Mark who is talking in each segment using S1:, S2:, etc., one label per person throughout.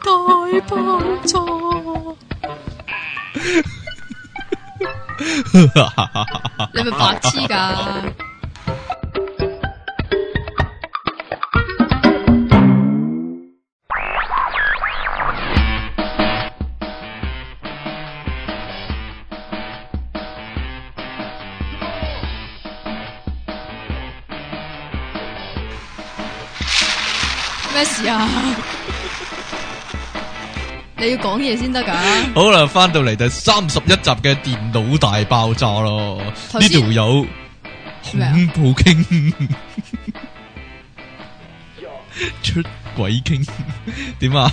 S1: 幫助。你咪白痴噶？咩事啊？你要講嘢先得㗎。
S2: 好啦，翻到嚟第三十一集嘅電腦大爆炸咯，
S1: 頭
S2: 呢
S1: 先
S2: 度有
S1: 咩啊
S2: 恐 怖傾、出軌傾，點啊？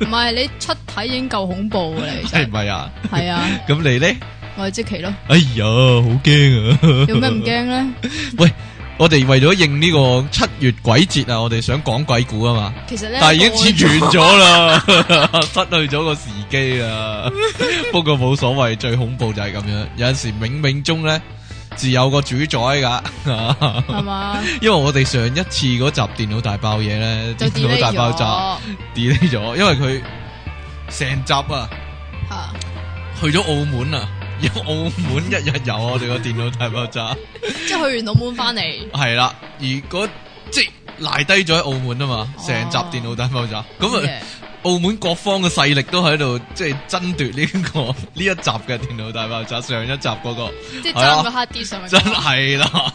S1: 唔係你出體已經夠恐怖㗎啦，其
S2: 係
S1: 實
S2: 咪啊？
S1: 係啊，
S2: 咁你咧？
S1: 我係即期咯，
S2: 哎呀，好驚啊！
S1: 有咩唔驚？咧？
S2: 喂，我哋為咗應呢個七月鬼節啊，我哋想講鬼故啊嘛。
S1: 其實咧，
S2: 但系已經切
S1: 我
S2: 完咗 啦，失去咗個時機啦。 不過冇所謂，最恐怖就係咁樣。有阵时冥冥中咧，自有個主宰噶。
S1: 係嘛，
S2: 因為我哋上一次嗰集電腦大爆嘢咧，
S1: 就
S2: 電腦
S1: delay
S2: 大
S1: 咗
S2: 爆炸
S1: 嚇
S2: delay 咗，因為佢成集啊去咗澳門啊，因為澳門一日遊啊我哋個電腦大爆炸。
S1: 即係去完澳門翻嚟，
S2: 系啦，而嗰即係賴低咗喺澳門啊嘛，
S1: 哦
S2: 成集電腦大爆炸。咁啊，
S1: 嘅
S2: 澳門各方嘅勢力都喺度即係爭奪呢、個 呢一集嘅電腦大爆炸，上一集嗰、個
S1: 即係
S2: 係啊
S1: 爭個 hard disk 上面
S2: 真係啦，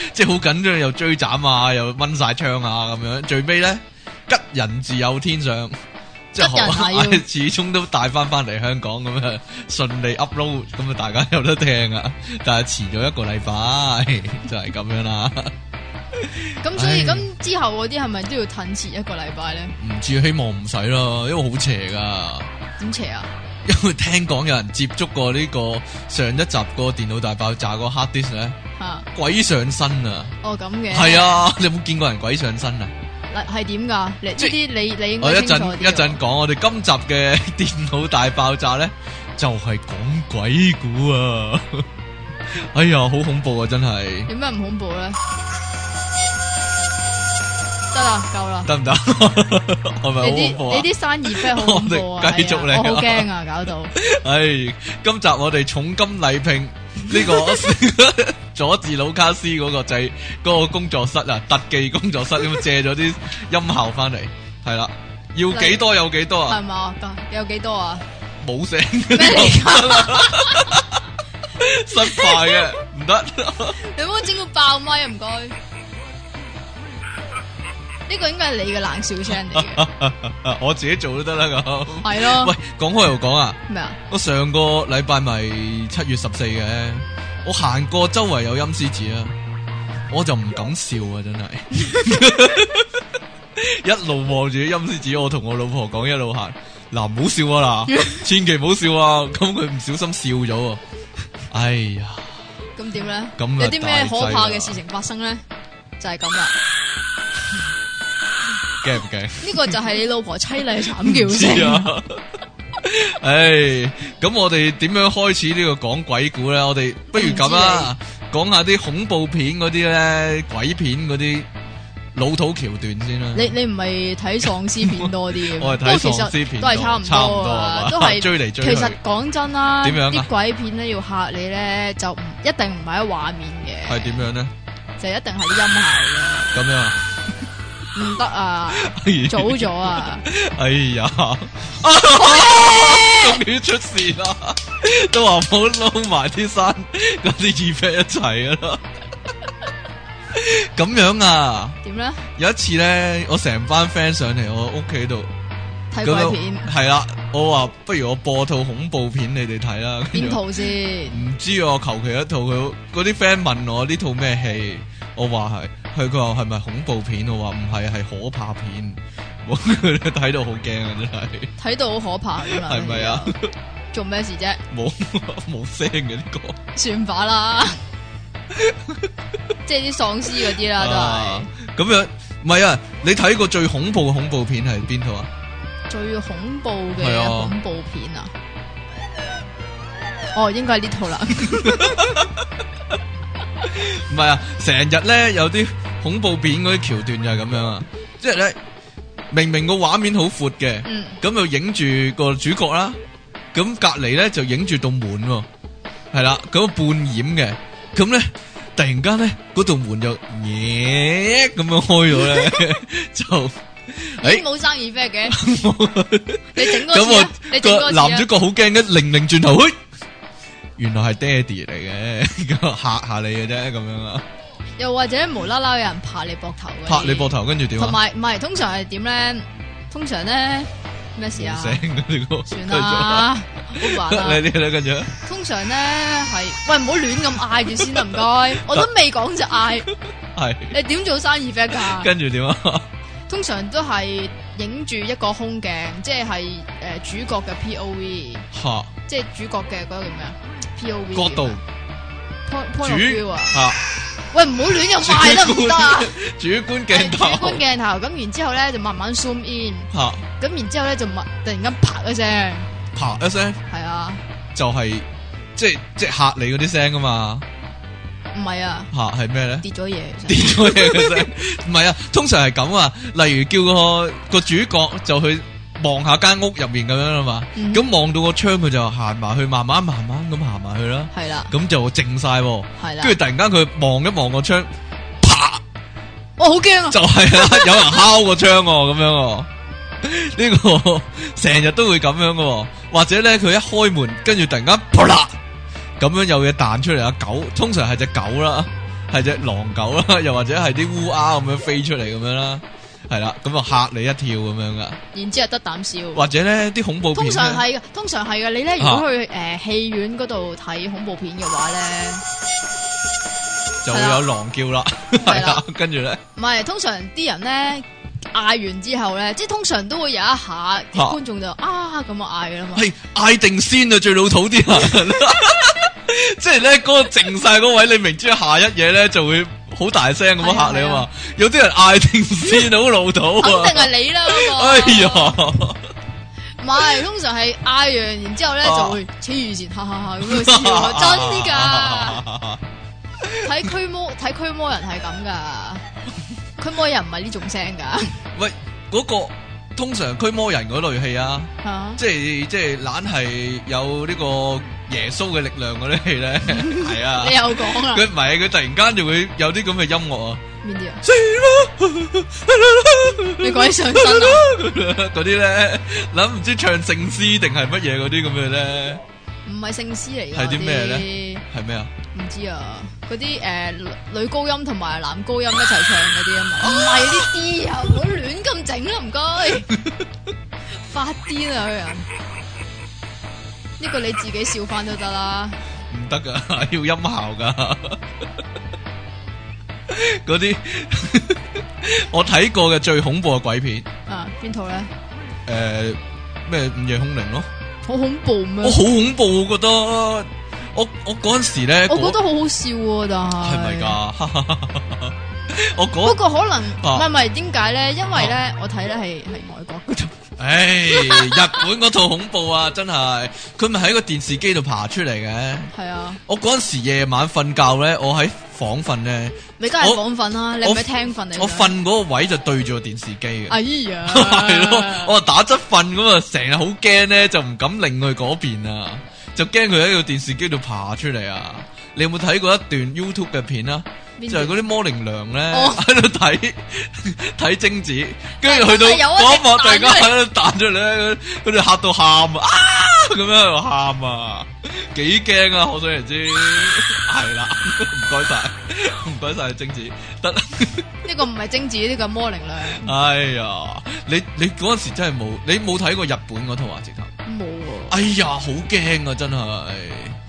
S2: 即係好緊張，又追斬啊，又掹晒槍啊咁樣。最尾咧，吉人自有天相。即
S1: 吉人係要
S2: 係 始終都帶翻翻嚟香港咁啊，順利 upload 咁啊，大家有得聽啊！但係遲咗一個禮拜， 就係咁樣啦。
S1: 咁所以
S2: 唉
S1: 咁之後嗰啲係咪都要褪遲一個禮拜咧？
S2: 唔知希望唔使咯，因為好邪噶。
S1: 點邪啊？
S2: 因為聽講有人接觸過呢個上一集個電腦大爆炸個 hard disk 咧，
S1: 嚇
S2: 鬼上身啊！
S1: 哦咁嘅
S2: 係，啊，你有冇見過人鬼上身啊？
S1: 嗱係點㗎？你呢
S2: 即
S1: 啲你你應
S2: 我
S1: 該
S2: 一
S1: 清楚
S2: 陣
S1: 啲啊
S2: 一陣
S1: 喎
S2: 講，我哋今集嘅電腦大爆炸咧，就係講鬼故啊！ 哎呀，好恐怖啊，真係
S1: 有咩唔恐怖咧？得啦，夠啦。
S2: 得唔得？ 係咪好
S1: 你
S2: 恐怖啊
S1: 啲？你啲生意 f 好恐怖
S2: 我
S1: 啊！
S2: 哋繼續嚟
S1: 係啊
S2: 啊
S1: 我好驚啊， 搞到
S2: 唉，今集我哋重金禮聘呢、個 佐治魯卡斯嗰個掣嗰個工作室啊，特技工作室咁借咗啲音效翻嚟，係啦，要幾多有幾多
S1: 係
S2: 啊？
S1: 嘛？有幾多 啊？
S2: 冇聲，
S1: 咩嚟㗎？
S2: 失敗嘅，唔得。
S1: 你幫我整到爆咪啊！唔該，呢個應該係你嘅冷笑聲 嚟嘅，
S2: 我自己做都得啦咁。
S1: 係咯
S2: 喂，講開又講啊，
S1: 咩啊？
S2: 我上個禮拜咪七月十四嘅，我行過周圍有陰獅子啊，我就唔敢笑啊，真係 一路望住啲陰獅子，我同我老婆講一路行，嗱唔好笑啊嗱，千祈唔好笑啊，咁佢唔小心笑咗喎，哎呀，
S1: 咁點咧？
S2: 咁啊
S1: 有啲咩可怕
S2: 大劑啦
S1: 嘅事情發生咧？就係咁啦，
S2: 驚唔驚？
S1: 呢個就係你老婆凄厲慘叫
S2: 知
S1: 聲。
S2: 啊！唉，咁我哋點樣開始呢個講鬼故咧？我哋不如咁啦，
S1: 啊
S2: 講下啲恐怖片嗰啲咧，鬼片嗰啲老土橋段先啦。
S1: 你你唔係睇喪屍片多啲嘅咩，
S2: 我係
S1: 不過
S2: 睇
S1: 其
S2: 喪
S1: 實
S2: 屍片
S1: 都係差唔多
S2: 啊
S1: 啊，
S2: 嘛
S1: 都係
S2: 追嚟追去。
S1: 其實講真啦，
S2: 點樣啊
S1: 啲鬼片咧要嚇你咧，就唔一定唔係喺畫面嘅，
S2: 係點樣咧？
S1: 就一定係音效
S2: 咁樣啊？
S1: 嘅，唔得啊，早咗啊，
S2: 哎呀！
S1: 哎
S2: 終於出事啦！都話唔好撈埋啲山嗰啲 effect 一齊噶啦。 咁樣啊？
S1: 點咧？
S2: 有一次咧，我成班 friend 上嚟我屋企度，啊
S1: 睇鬼片
S2: 系啦，我話不如我播套恐怖片你哋睇啦。跟
S1: 邊
S2: 住
S1: 套先？
S2: 唔知我求其一套佢嗰啲 friend 問我呢套咩戲，我話係，佢佢話係咪恐怖片？我話唔係，係可怕片。我佢哋睇到好驚啊，真係
S1: 睇到好可怕噶啦，
S2: 係咪啊
S1: 呢啲？ 做咩事啫？
S2: 冇 冇聲嘅呢個。
S1: 算法 啦，即係啲喪屍嗰啲
S2: 啊
S1: 啦，
S2: 都咁樣，唔係啊！你睇過最恐怖嘅恐怖片係邊套啊？
S1: 都係最恐怖
S2: 係
S1: 嘅
S2: 啊
S1: 恐怖片啊！哦，應該係呢套啦，
S2: 唔係啊，成日咧有啲恐怖片嗰啲橋段就係咁樣啊，即係咧明明個畫面好闊嘅，
S1: 嗯，
S2: 咁就影住個主角啦，咁隔離咧就影住道門喎，係啦，咁半掩嘅，咁咧突然間咧嗰道門就耶咁樣開咗咧， 就誒。
S1: 咦冇生意 effect 嘅，你整多
S2: 咁
S1: 次啊，
S2: 我
S1: 你整
S2: 個
S1: 多次
S2: 男主
S1: 啊，
S2: 角好驚嘅，擰擰轉頭，嘿，原來係爹哋嚟嘅， 咁嚇下你嘅啫，咁樣啊，
S1: 又或者無啦啦有人拍你膊頭嘅，
S2: 拍你膊頭，跟住點
S1: 同
S2: 啊？
S1: 埋唔係通常係點咧？通常咧咩事啊
S2: 冇？聲嘅呢個，
S1: 算啦，好
S2: 繼
S1: 煩
S2: 續
S1: 啊
S2: 啊，！ 你你你跟住啊，
S1: 通常咧係喂唔好亂咁嗌住先啦， 唔該。我都未講就嗌，
S2: 係
S1: 你點做生意 fair 㗎？
S2: 跟住點啊？
S1: 通常都係影住一個空鏡，即係誒、呃主角嘅 P O V，
S2: 嚇
S1: 即係主角嘅嗰個叫咩啊？P O V
S2: 角度
S1: point point of view
S2: 主
S1: 啊！
S2: 啊
S1: 喂，唔好亂咁 嗌得唔得啊？
S2: 主觀
S1: 係
S2: 鏡
S1: 主
S2: 頭
S1: 觀鏡頭咁，然之後咧就慢慢 zoom in，
S2: 嚇
S1: 咁然之後咧就默突然間啪一聲，
S2: 啪一聲
S1: 係啊，
S2: 就係即係即係嚇你嗰啲聲啊嘛
S1: 唔係啊，
S2: 嚇係咩咧？
S1: 跌咗嘢 其實
S2: 跌咗嘢嘅聲，唔係啊，通常係咁啊，例如叫個個主角就去望下間屋入面咁樣啊嘛，
S1: 嗯
S2: 咁望、到個窗佢就行埋去，慢慢慢慢咁行埋去啦，
S1: 係啦，
S2: 咁就靜晒喎，
S1: 係啦
S2: 跟住，突然間佢望一望個窗，啪
S1: 我好驚啊！
S2: 就係啦，有人敲個窗喎，咁樣喎。呢、個 成日都會咁樣嘅喎，或者咧佢一開門，跟住突然間啪啦咁樣有嘢彈出嚟啊！狗通常係只狗啦，係只狼狗啦， 又或者係啲烏鴉咁樣飛出嚟咁樣啦，係啦，咁啊嚇你一跳咁樣噶，
S1: 然之後得啖笑。
S2: 或者咧啲恐怖
S1: 通
S2: 片啊呢
S1: 常係嘅，通常係嘅。你咧如果去誒戲院嗰度睇恐怖片嘅話咧，
S2: 就會有狼叫啦， 係
S1: 係啊
S2: 啦
S1: 啦，
S2: 跟住咧
S1: 唔係通常啲人咧嗌完之後咧，即係通常都會有一下啲
S2: 啊哎
S1: 觀眾就啊咁啊嗌㗎啦 嘛。
S2: 係嗌定先啊，最老土啲啊， 即係咧嗰個靜晒嗰位，你明知下一嘢咧就會好大聲咁樣嚇你
S1: 係
S2: 啊
S1: 啊係
S2: 嘛，有啲人嗌定先好老土
S1: 肯
S2: 啊，
S1: 定係你啦，啊嗰個
S2: 哎呀！
S1: 唔係通常係嗌完，然之後咧
S2: 啊
S1: 就會黐線，哈哈哈咁樣笑， 真啲㗎。睇驅魔睇驅魔人係咁㗎，驅魔人唔係呢種聲 㗎
S2: 喂，嗰、個通常驅魔人嗰類戲啊，
S1: 嚇。
S2: 即係即係懶係有呢個耶穌嘅力量嗰 啲戲咧，係啊
S1: 你，又講啦
S2: 佢，唔係佢突然間就會有啲咁嘅 音樂啊，
S1: 邊啲啊？
S2: 死啦！
S1: 你講起上身啊？
S2: 嗰啲咧，諗唔知唱聖詩定係乜嘢嗰啲咁嘅咧，
S1: 唔係聖詩嚟嘅，
S2: 係啲咩呢
S1: 咧？
S2: 係咩啊？
S1: 唔知啊，嗰啲誒女高音同埋男高音一齊唱嗰啲啊嘛，唔係呢啲啊，唔好亂咁整啦，唔該， 發癲啊佢人，呢個你自己笑翻都得啦，
S2: 唔得噶， 要音效噶。 嗰啲 我睇過嘅最恐怖嘅鬼片，
S1: 啊邊套咧？
S2: 誒咩午夜凶鈴咯，
S1: 好恐怖咩
S2: 我？好恐怖，我覺得我我嗰陣時咧，
S1: 我覺
S2: 嗰
S1: 得好好笑喎，但係
S2: 係咪？噶？ 我
S1: 不
S2: 嗰
S1: 過可能
S2: 啊
S1: 唔係唔係點解咧？因為咧我睇咧係係外國 嗰套，
S2: 唉，日本嗰套恐怖啊，真係佢咪喺個電視機度爬出嚟嘅。
S1: 係啊，
S2: 我嗰陣時夜晚瞓覺咧，我喺房瞓咧，
S1: 你梗係
S2: 我
S1: 講瞓啦，你係咪聽瞓嚟？
S2: 我瞓嗰個位就對住個電視機嘅，
S1: 哎呀，
S2: 係咯、我打側瞓咁啊，成日好驚咧，就唔敢擰去嗰邊啊，就驚佢喺個電視機度爬出嚟啊！你有冇睇過一段 YouTube 嘅片啊？
S1: 邊
S2: 就係
S1: 段
S2: 嗰啲摩靈娘咧
S1: 哦
S2: 喺度睇 睇貞子，跟住去到
S1: 係有啊
S2: 嗰一幕
S1: 隻
S2: 突然間
S1: 彈出嚟
S2: 喺度彈出嚟咧，佢哋嚇到喊啊！ 咁樣喺度喊啊，幾驚啊！可想而知，係啦，唔該晒，唔該晒貞子，得啦。
S1: 呢個唔係精子，呢個係魔靈量。
S2: 哎呀，你你嗰陣時真係冇，你冇睇過日本嗰套啊？直頭，
S1: 冇喎，
S2: 哎呀，好驚啊！真係，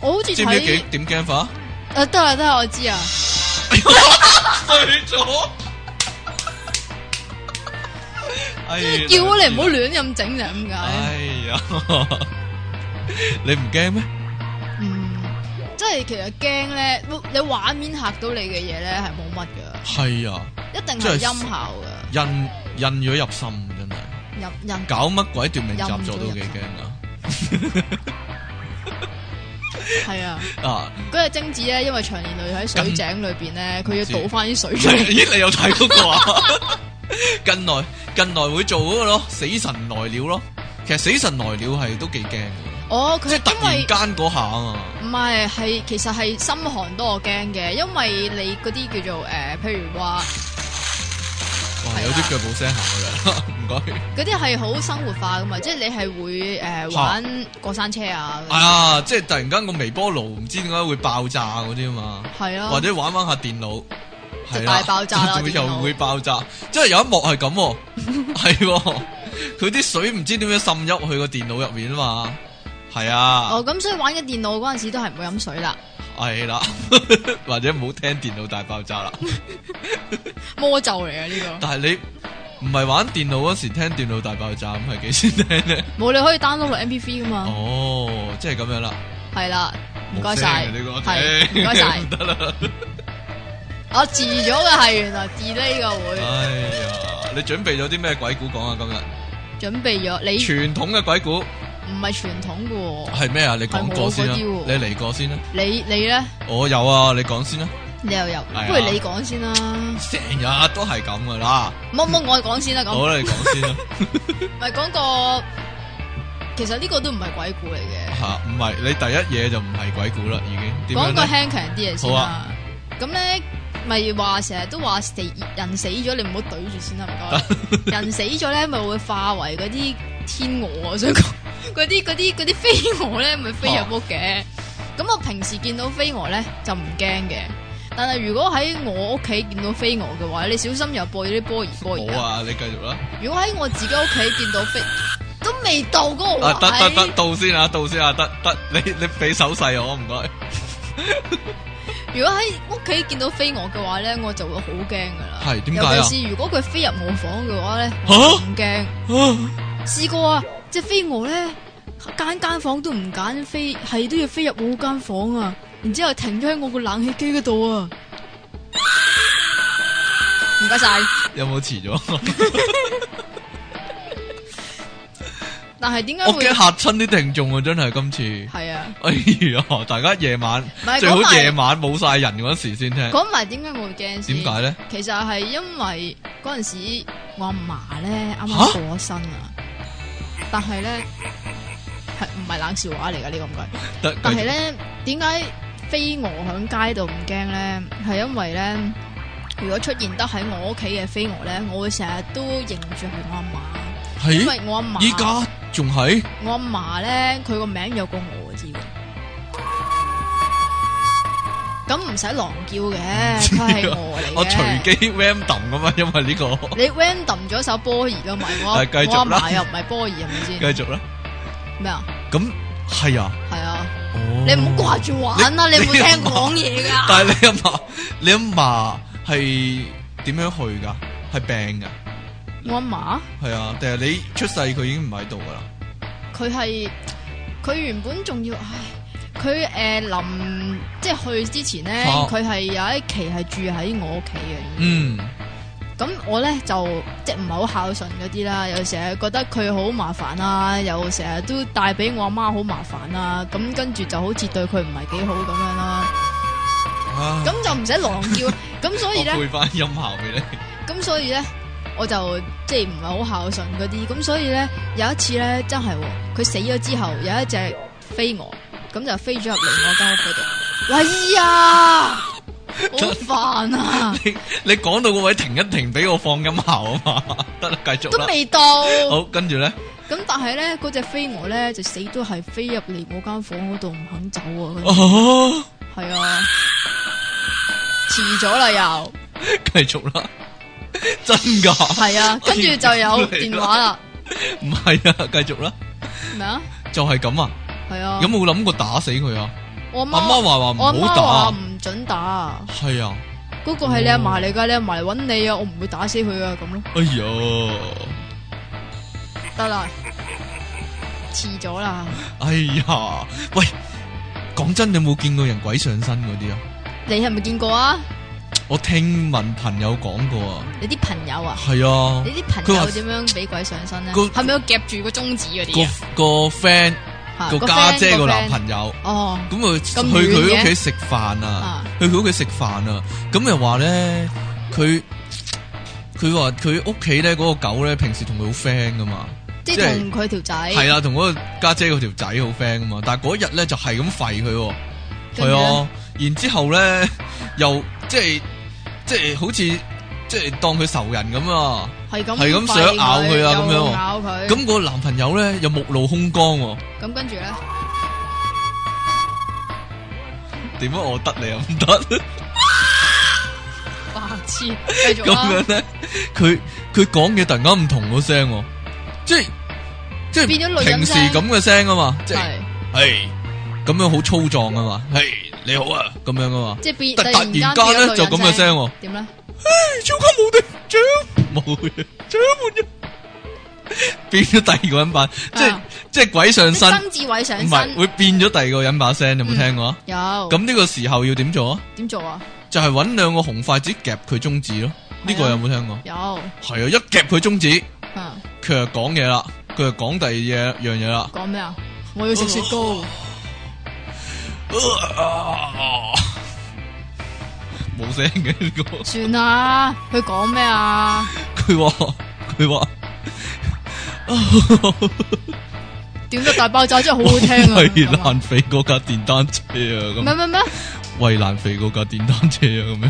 S1: 我好似
S2: 知唔知幾
S1: 睇
S2: 點驚 法？
S1: 誒得啦得啦，我知啊，
S2: 碎咗，哎呀
S1: 叫咗你唔好亂咁整就係咁解。
S2: 哎呀， 你唔驚咩？
S1: 嗯，即係其實驚咧，你畫面嚇到你嘅嘢咧係冇乜噶，
S2: 係啊，
S1: 一定係
S2: 真係
S1: 音效噶，
S2: 印印咗入心，真係
S1: 入入
S2: 搞乜鬼奪命習作都幾驚啊！
S1: 係啊。
S2: 啊，
S1: 嗰隻精子咧，因為長年累喺水井裏邊咧，佢要
S2: 嗯唔知
S1: 倒翻啲水出嚟，
S2: 咦，你有睇嗰個啊？ 近来近来会做嗰個咯，《死神來了》咯。其實《死神來了》係都幾驚嘅，
S1: 哦，
S2: 即
S1: 佢
S2: 係突
S1: 因
S2: 然
S1: 為
S2: 間嗰下啊嘛。
S1: 唔係係其實係心寒多我驚嘅，因為你嗰啲叫做诶、呃譬如話
S2: 哇，
S1: 係啊
S2: 有啲腳冇聲行㗎啦， 唔該。
S1: 嗰啲係好生活化噶嘛，即係你係會诶、呃
S2: 嚇
S1: 玩過山車啊，
S2: 係啊，即係突然間個微波爐唔知點解會爆炸嗰啲啊嘛。
S1: 係啊，
S2: 或者玩玩下電腦，
S1: 就
S2: 係啦
S1: 大爆炸 啦
S2: 就會
S1: 電腦
S2: 又會爆炸，即係有一幕係 咁喎，係喎佢啲水唔知點樣滲入去個電腦入面啊嘛，係啊
S1: 哦，咁所以玩緊電腦嗰陣時都係唔會飲水啦，
S2: 係啦， 或者唔好聽電腦大爆炸啦，
S1: 魔咒嚟嘅呢
S2: 但係你唔係玩電腦嗰時聽電腦大爆炸咁係幾先聽呢？
S1: 個，冇你可以 download 落 MP3 噶嘛，
S2: 哦，即係咁樣啦，
S1: 係啦，唔該晒，
S2: 冇聲嘅呢個，
S1: 係唔該晒
S2: 唔得啦，
S1: 我治咗嘅係原來 delay 嘅會。
S2: 哎呀，你準備咗啲咩鬼故講啊？今
S1: 準備咗，你
S2: 日傳統嘅鬼故
S1: 唔係傳統嘅喎，
S2: 係咩啊？你講過先啦，
S1: 係我嗰啲
S2: 你嚟過先啦。
S1: 你你咧，
S2: 我有啊，你講先啦。
S1: 你又有，
S2: 啊
S1: 不如你講先啦，
S2: 成日都係咁噶啦，
S1: 唔好唔好，我講先啦，
S2: 好
S1: 咁
S2: 啦，你 講先啦。
S1: 咪講個，其實呢個都唔係鬼故嚟嘅，
S2: 吓，唔係你第一嘢就唔係鬼故啦，已經點
S1: 講
S2: 樣
S1: 個
S2: 咧？
S1: 輕強啲嘢先
S2: 好
S1: 啦
S2: 啊，
S1: 咁咧。咪話成日都話死人死咗，你唔好懟住先啦，唔 該。人死咗咧，咪會化為嗰啲天鵝啊！我想講 嗰啲嗰啲嗰啲飛鵝咧，咪飛入屋
S2: 哦
S1: 嘅。咁我平時見到飛鵝咧就唔驚嘅，但係如果喺我屋企見到飛鵝嘅話，你小心又播啲波兒波兒
S2: 好
S1: 啊！
S2: 啊，你繼續啦。
S1: 如果喺我自己屋企見到飛， 都未到嗰
S2: 啊，
S1: 個
S2: 得得
S1: 位
S2: 得，。到先啊，到先啊，得得，你你俾手勢我，唔該。
S1: 如果喺屋企見到飛鵝嘅話咧，我就會好驚噶啦。
S2: 係點解啊
S1: 尤其是如果佢飛入我房嘅話咧，
S2: 嚇
S1: 我就唔驚。試過啊，只飛蛾咧，間間房都唔揀飛，係都要飛入我間房啊。然之后停咗喺我個冷氣機嗰度 啊。唔該晒，
S2: 有冇遲咗？
S1: 但係點解
S2: 我
S1: 會
S2: 驚嚇親啲聽眾啊！真係今次。
S1: 係啊？
S2: 哎呀，大家夜晚
S1: 唔係
S2: 最好
S1: 講埋
S2: 夜晚冇晒人嗰時先聽。
S1: 講埋點解我會驚先？
S2: 點解咧？
S1: 其實係因為嗰陣時我阿嫲咧啱
S2: 吓
S1: 啱過咗身啊，但係咧係唔係冷笑話嚟噶呢個 唔該？
S2: 得，
S1: 但
S2: 繼
S1: 係
S2: 續
S1: 咧點解飛蛾喺街度唔驚咧？係因為咧，如果出現得喺我屋企嘅飛蛾咧，我會成日都認住係我阿嫲，因
S2: 係
S1: 為我阿嫲
S2: 依家仲係
S1: 我阿嫲咧，佢個名有個我字 嘅，咁唔使狼叫嘅，佢係我嚟嘅。
S2: 我隨機 random 噶嘛，因為呢個。
S1: 你 random 咗首波兒噶嘛？我
S2: 係繼續
S1: 我阿
S2: 啦
S1: 嫲又唔係波兒，係咪先？
S2: 繼續啦。
S1: 咩啊？
S2: 咁係啊。
S1: 係啊！
S2: 哦
S1: 你唔好掛住玩啦，
S2: 你
S1: 你會聽
S2: 你阿
S1: 講嘢噶。
S2: 嗯 但系你阿嫲，你阿嫲係點樣去噶？係病噶，
S1: 我阿嫲
S2: 係啊，定係你出世佢已經唔喺度噶啦？
S1: 佢係佢原本仲要，唉，佢誒臨即係去之前咧，
S2: 啊
S1: 佢係有一期係住喺我屋企嘅。
S2: 嗯，
S1: 咁我咧就即係唔係好孝順嗰啲啦，有時係覺得佢好麻煩啦，又成日都帶俾我阿媽好麻煩啦，咁跟住就好似對佢唔係幾好咁樣啦，
S2: 啊，
S1: 咁就唔使狼 叫，咁所以咧
S2: 我，配翻音效俾你。
S1: 咁所以咧我就即係唔係好孝順嗰啲，咁所以咧有一次咧真係喎，佢死咗之後有一隻飛蛾，咁就飛咗入嚟我間屋嗰度，喂呀，好煩 啊，
S2: 你你講到個位停一停，俾我放音效啊嘛， 得啦，繼續
S1: 都
S2: 啦。
S1: 未到。
S2: 好，跟住咧，
S1: 咁但係咧，嗰只飛蛾咧就死都係飛入嚟我間房嗰度唔肯走啊！跟住
S2: 哦，
S1: 係啊，遲咗啦又，
S2: 繼續啦， 真噶，
S1: 係啊，跟住 就有電話啦，
S2: 唔係啊，繼續啦，
S1: 咩啊？
S2: 就係咁啊，
S1: 係啊
S2: 有，冇諗過打死佢啊？
S1: 我
S2: 阿媽
S1: 媽
S2: 話話
S1: 我阿
S2: 唔
S1: 媽話
S2: 好
S1: 唔准打啊，
S2: 打，係啊，
S1: 嗰個係你阿嫲嚟㗎，你阿嫲嚟揾你啊，我唔會打死佢啊，咁咯，
S2: 哎呀。
S1: 得啦，遲咗啦，
S2: 哎呀，喂，講真，你有冇見過人鬼上身嗰啲啊？
S1: 你係咪見過啊？
S2: 我聽聞朋友講過啊，
S1: 你啲朋友啊，
S2: 係啊
S1: 你，啲朋
S2: 佢話
S1: 友點樣俾鬼上身咧？
S2: 個
S1: 係咪要夾住個中指嗰啲啊
S2: 個個 friend
S1: 啊？
S2: 個
S1: friend，
S2: 家姐個男
S1: friend
S2: 朋友，
S1: 哦。
S2: 咁佢
S1: 咁
S2: 去
S1: 遠
S2: 佢
S1: 嘅
S2: 屋企食飯啊
S1: 啊，
S2: 去佢屋企食飯啊，咁又話咧，佢佢話佢屋企咧嗰個狗咧，平時同佢好 friend 噶嘛，
S1: 即
S2: 即
S1: 係
S2: 係
S1: 同佢條仔，
S2: 係啦，同嗰個家姐嗰條仔好 friend 噶嘛，但係嗰日咧就係咁吠佢喎，
S1: 跟住
S2: 係
S1: 呢
S2: 啊，然之後咧又即係即係好似即係當佢仇人咁啊，
S1: 係咁
S2: 係咁
S1: 吠
S2: 想咬佢啊咁樣
S1: 又
S2: 喎
S1: 咬佢，
S2: 咁個男朋友咧又目露凶光喎，
S1: 咁跟住咧，
S2: 點解我得你又唔得？
S1: 白痴，繼續
S2: 咁
S1: 啦
S2: 樣，咧，佢佢講嘢突然間唔同個聲喎，即係即係
S1: 變咗女人
S2: 平時
S1: 聲
S2: 咁嘅聲啊嘛，即係
S1: 係
S2: 係咁樣好粗壯啊嘛，係你好啊咁樣啊嘛，
S1: 即係變
S2: 突突然
S1: 間
S2: 間
S1: 變咗
S2: 咧
S1: 女
S2: 就
S1: 人
S2: 咁嘅聲喎，
S1: 點咧？
S2: 超級無敵掌冇嘢，掌門人變咗第二個人版，即係
S1: 啊
S2: 即係鬼上
S1: 即
S2: 身
S1: 係，曾志偉上
S2: 唔係
S1: 身
S2: 會變咗第二個人把聲，你有
S1: 嗯
S2: 冇聽過啊？
S1: 有
S2: 咁
S1: 咁
S2: 呢個時候要點做啊？
S1: 點做啊？
S2: 就係揾兩個紅筷子夾佢中指咯，呢
S1: 係
S2: 個
S1: 啊
S2: 有冇聽過？
S1: 有
S2: 係啊，一夾佢中指。
S1: 啊，
S2: 佢就講嘢啦，佢就講第二嘢樣嘢啦。
S1: 講咩啊？我要食雪糕，
S2: 冇聲嘅呢個，
S1: 算啦。佢講咩啊？
S2: 佢話佢話
S1: 點咗大爆炸真係好好聽 啊！
S2: 喂
S1: 咁啊
S2: 爛肥嗰架電單車啊，
S1: 咩
S2: 咁
S1: 咩咩？
S2: 喂爛肥嗰架電單車啊，咁樣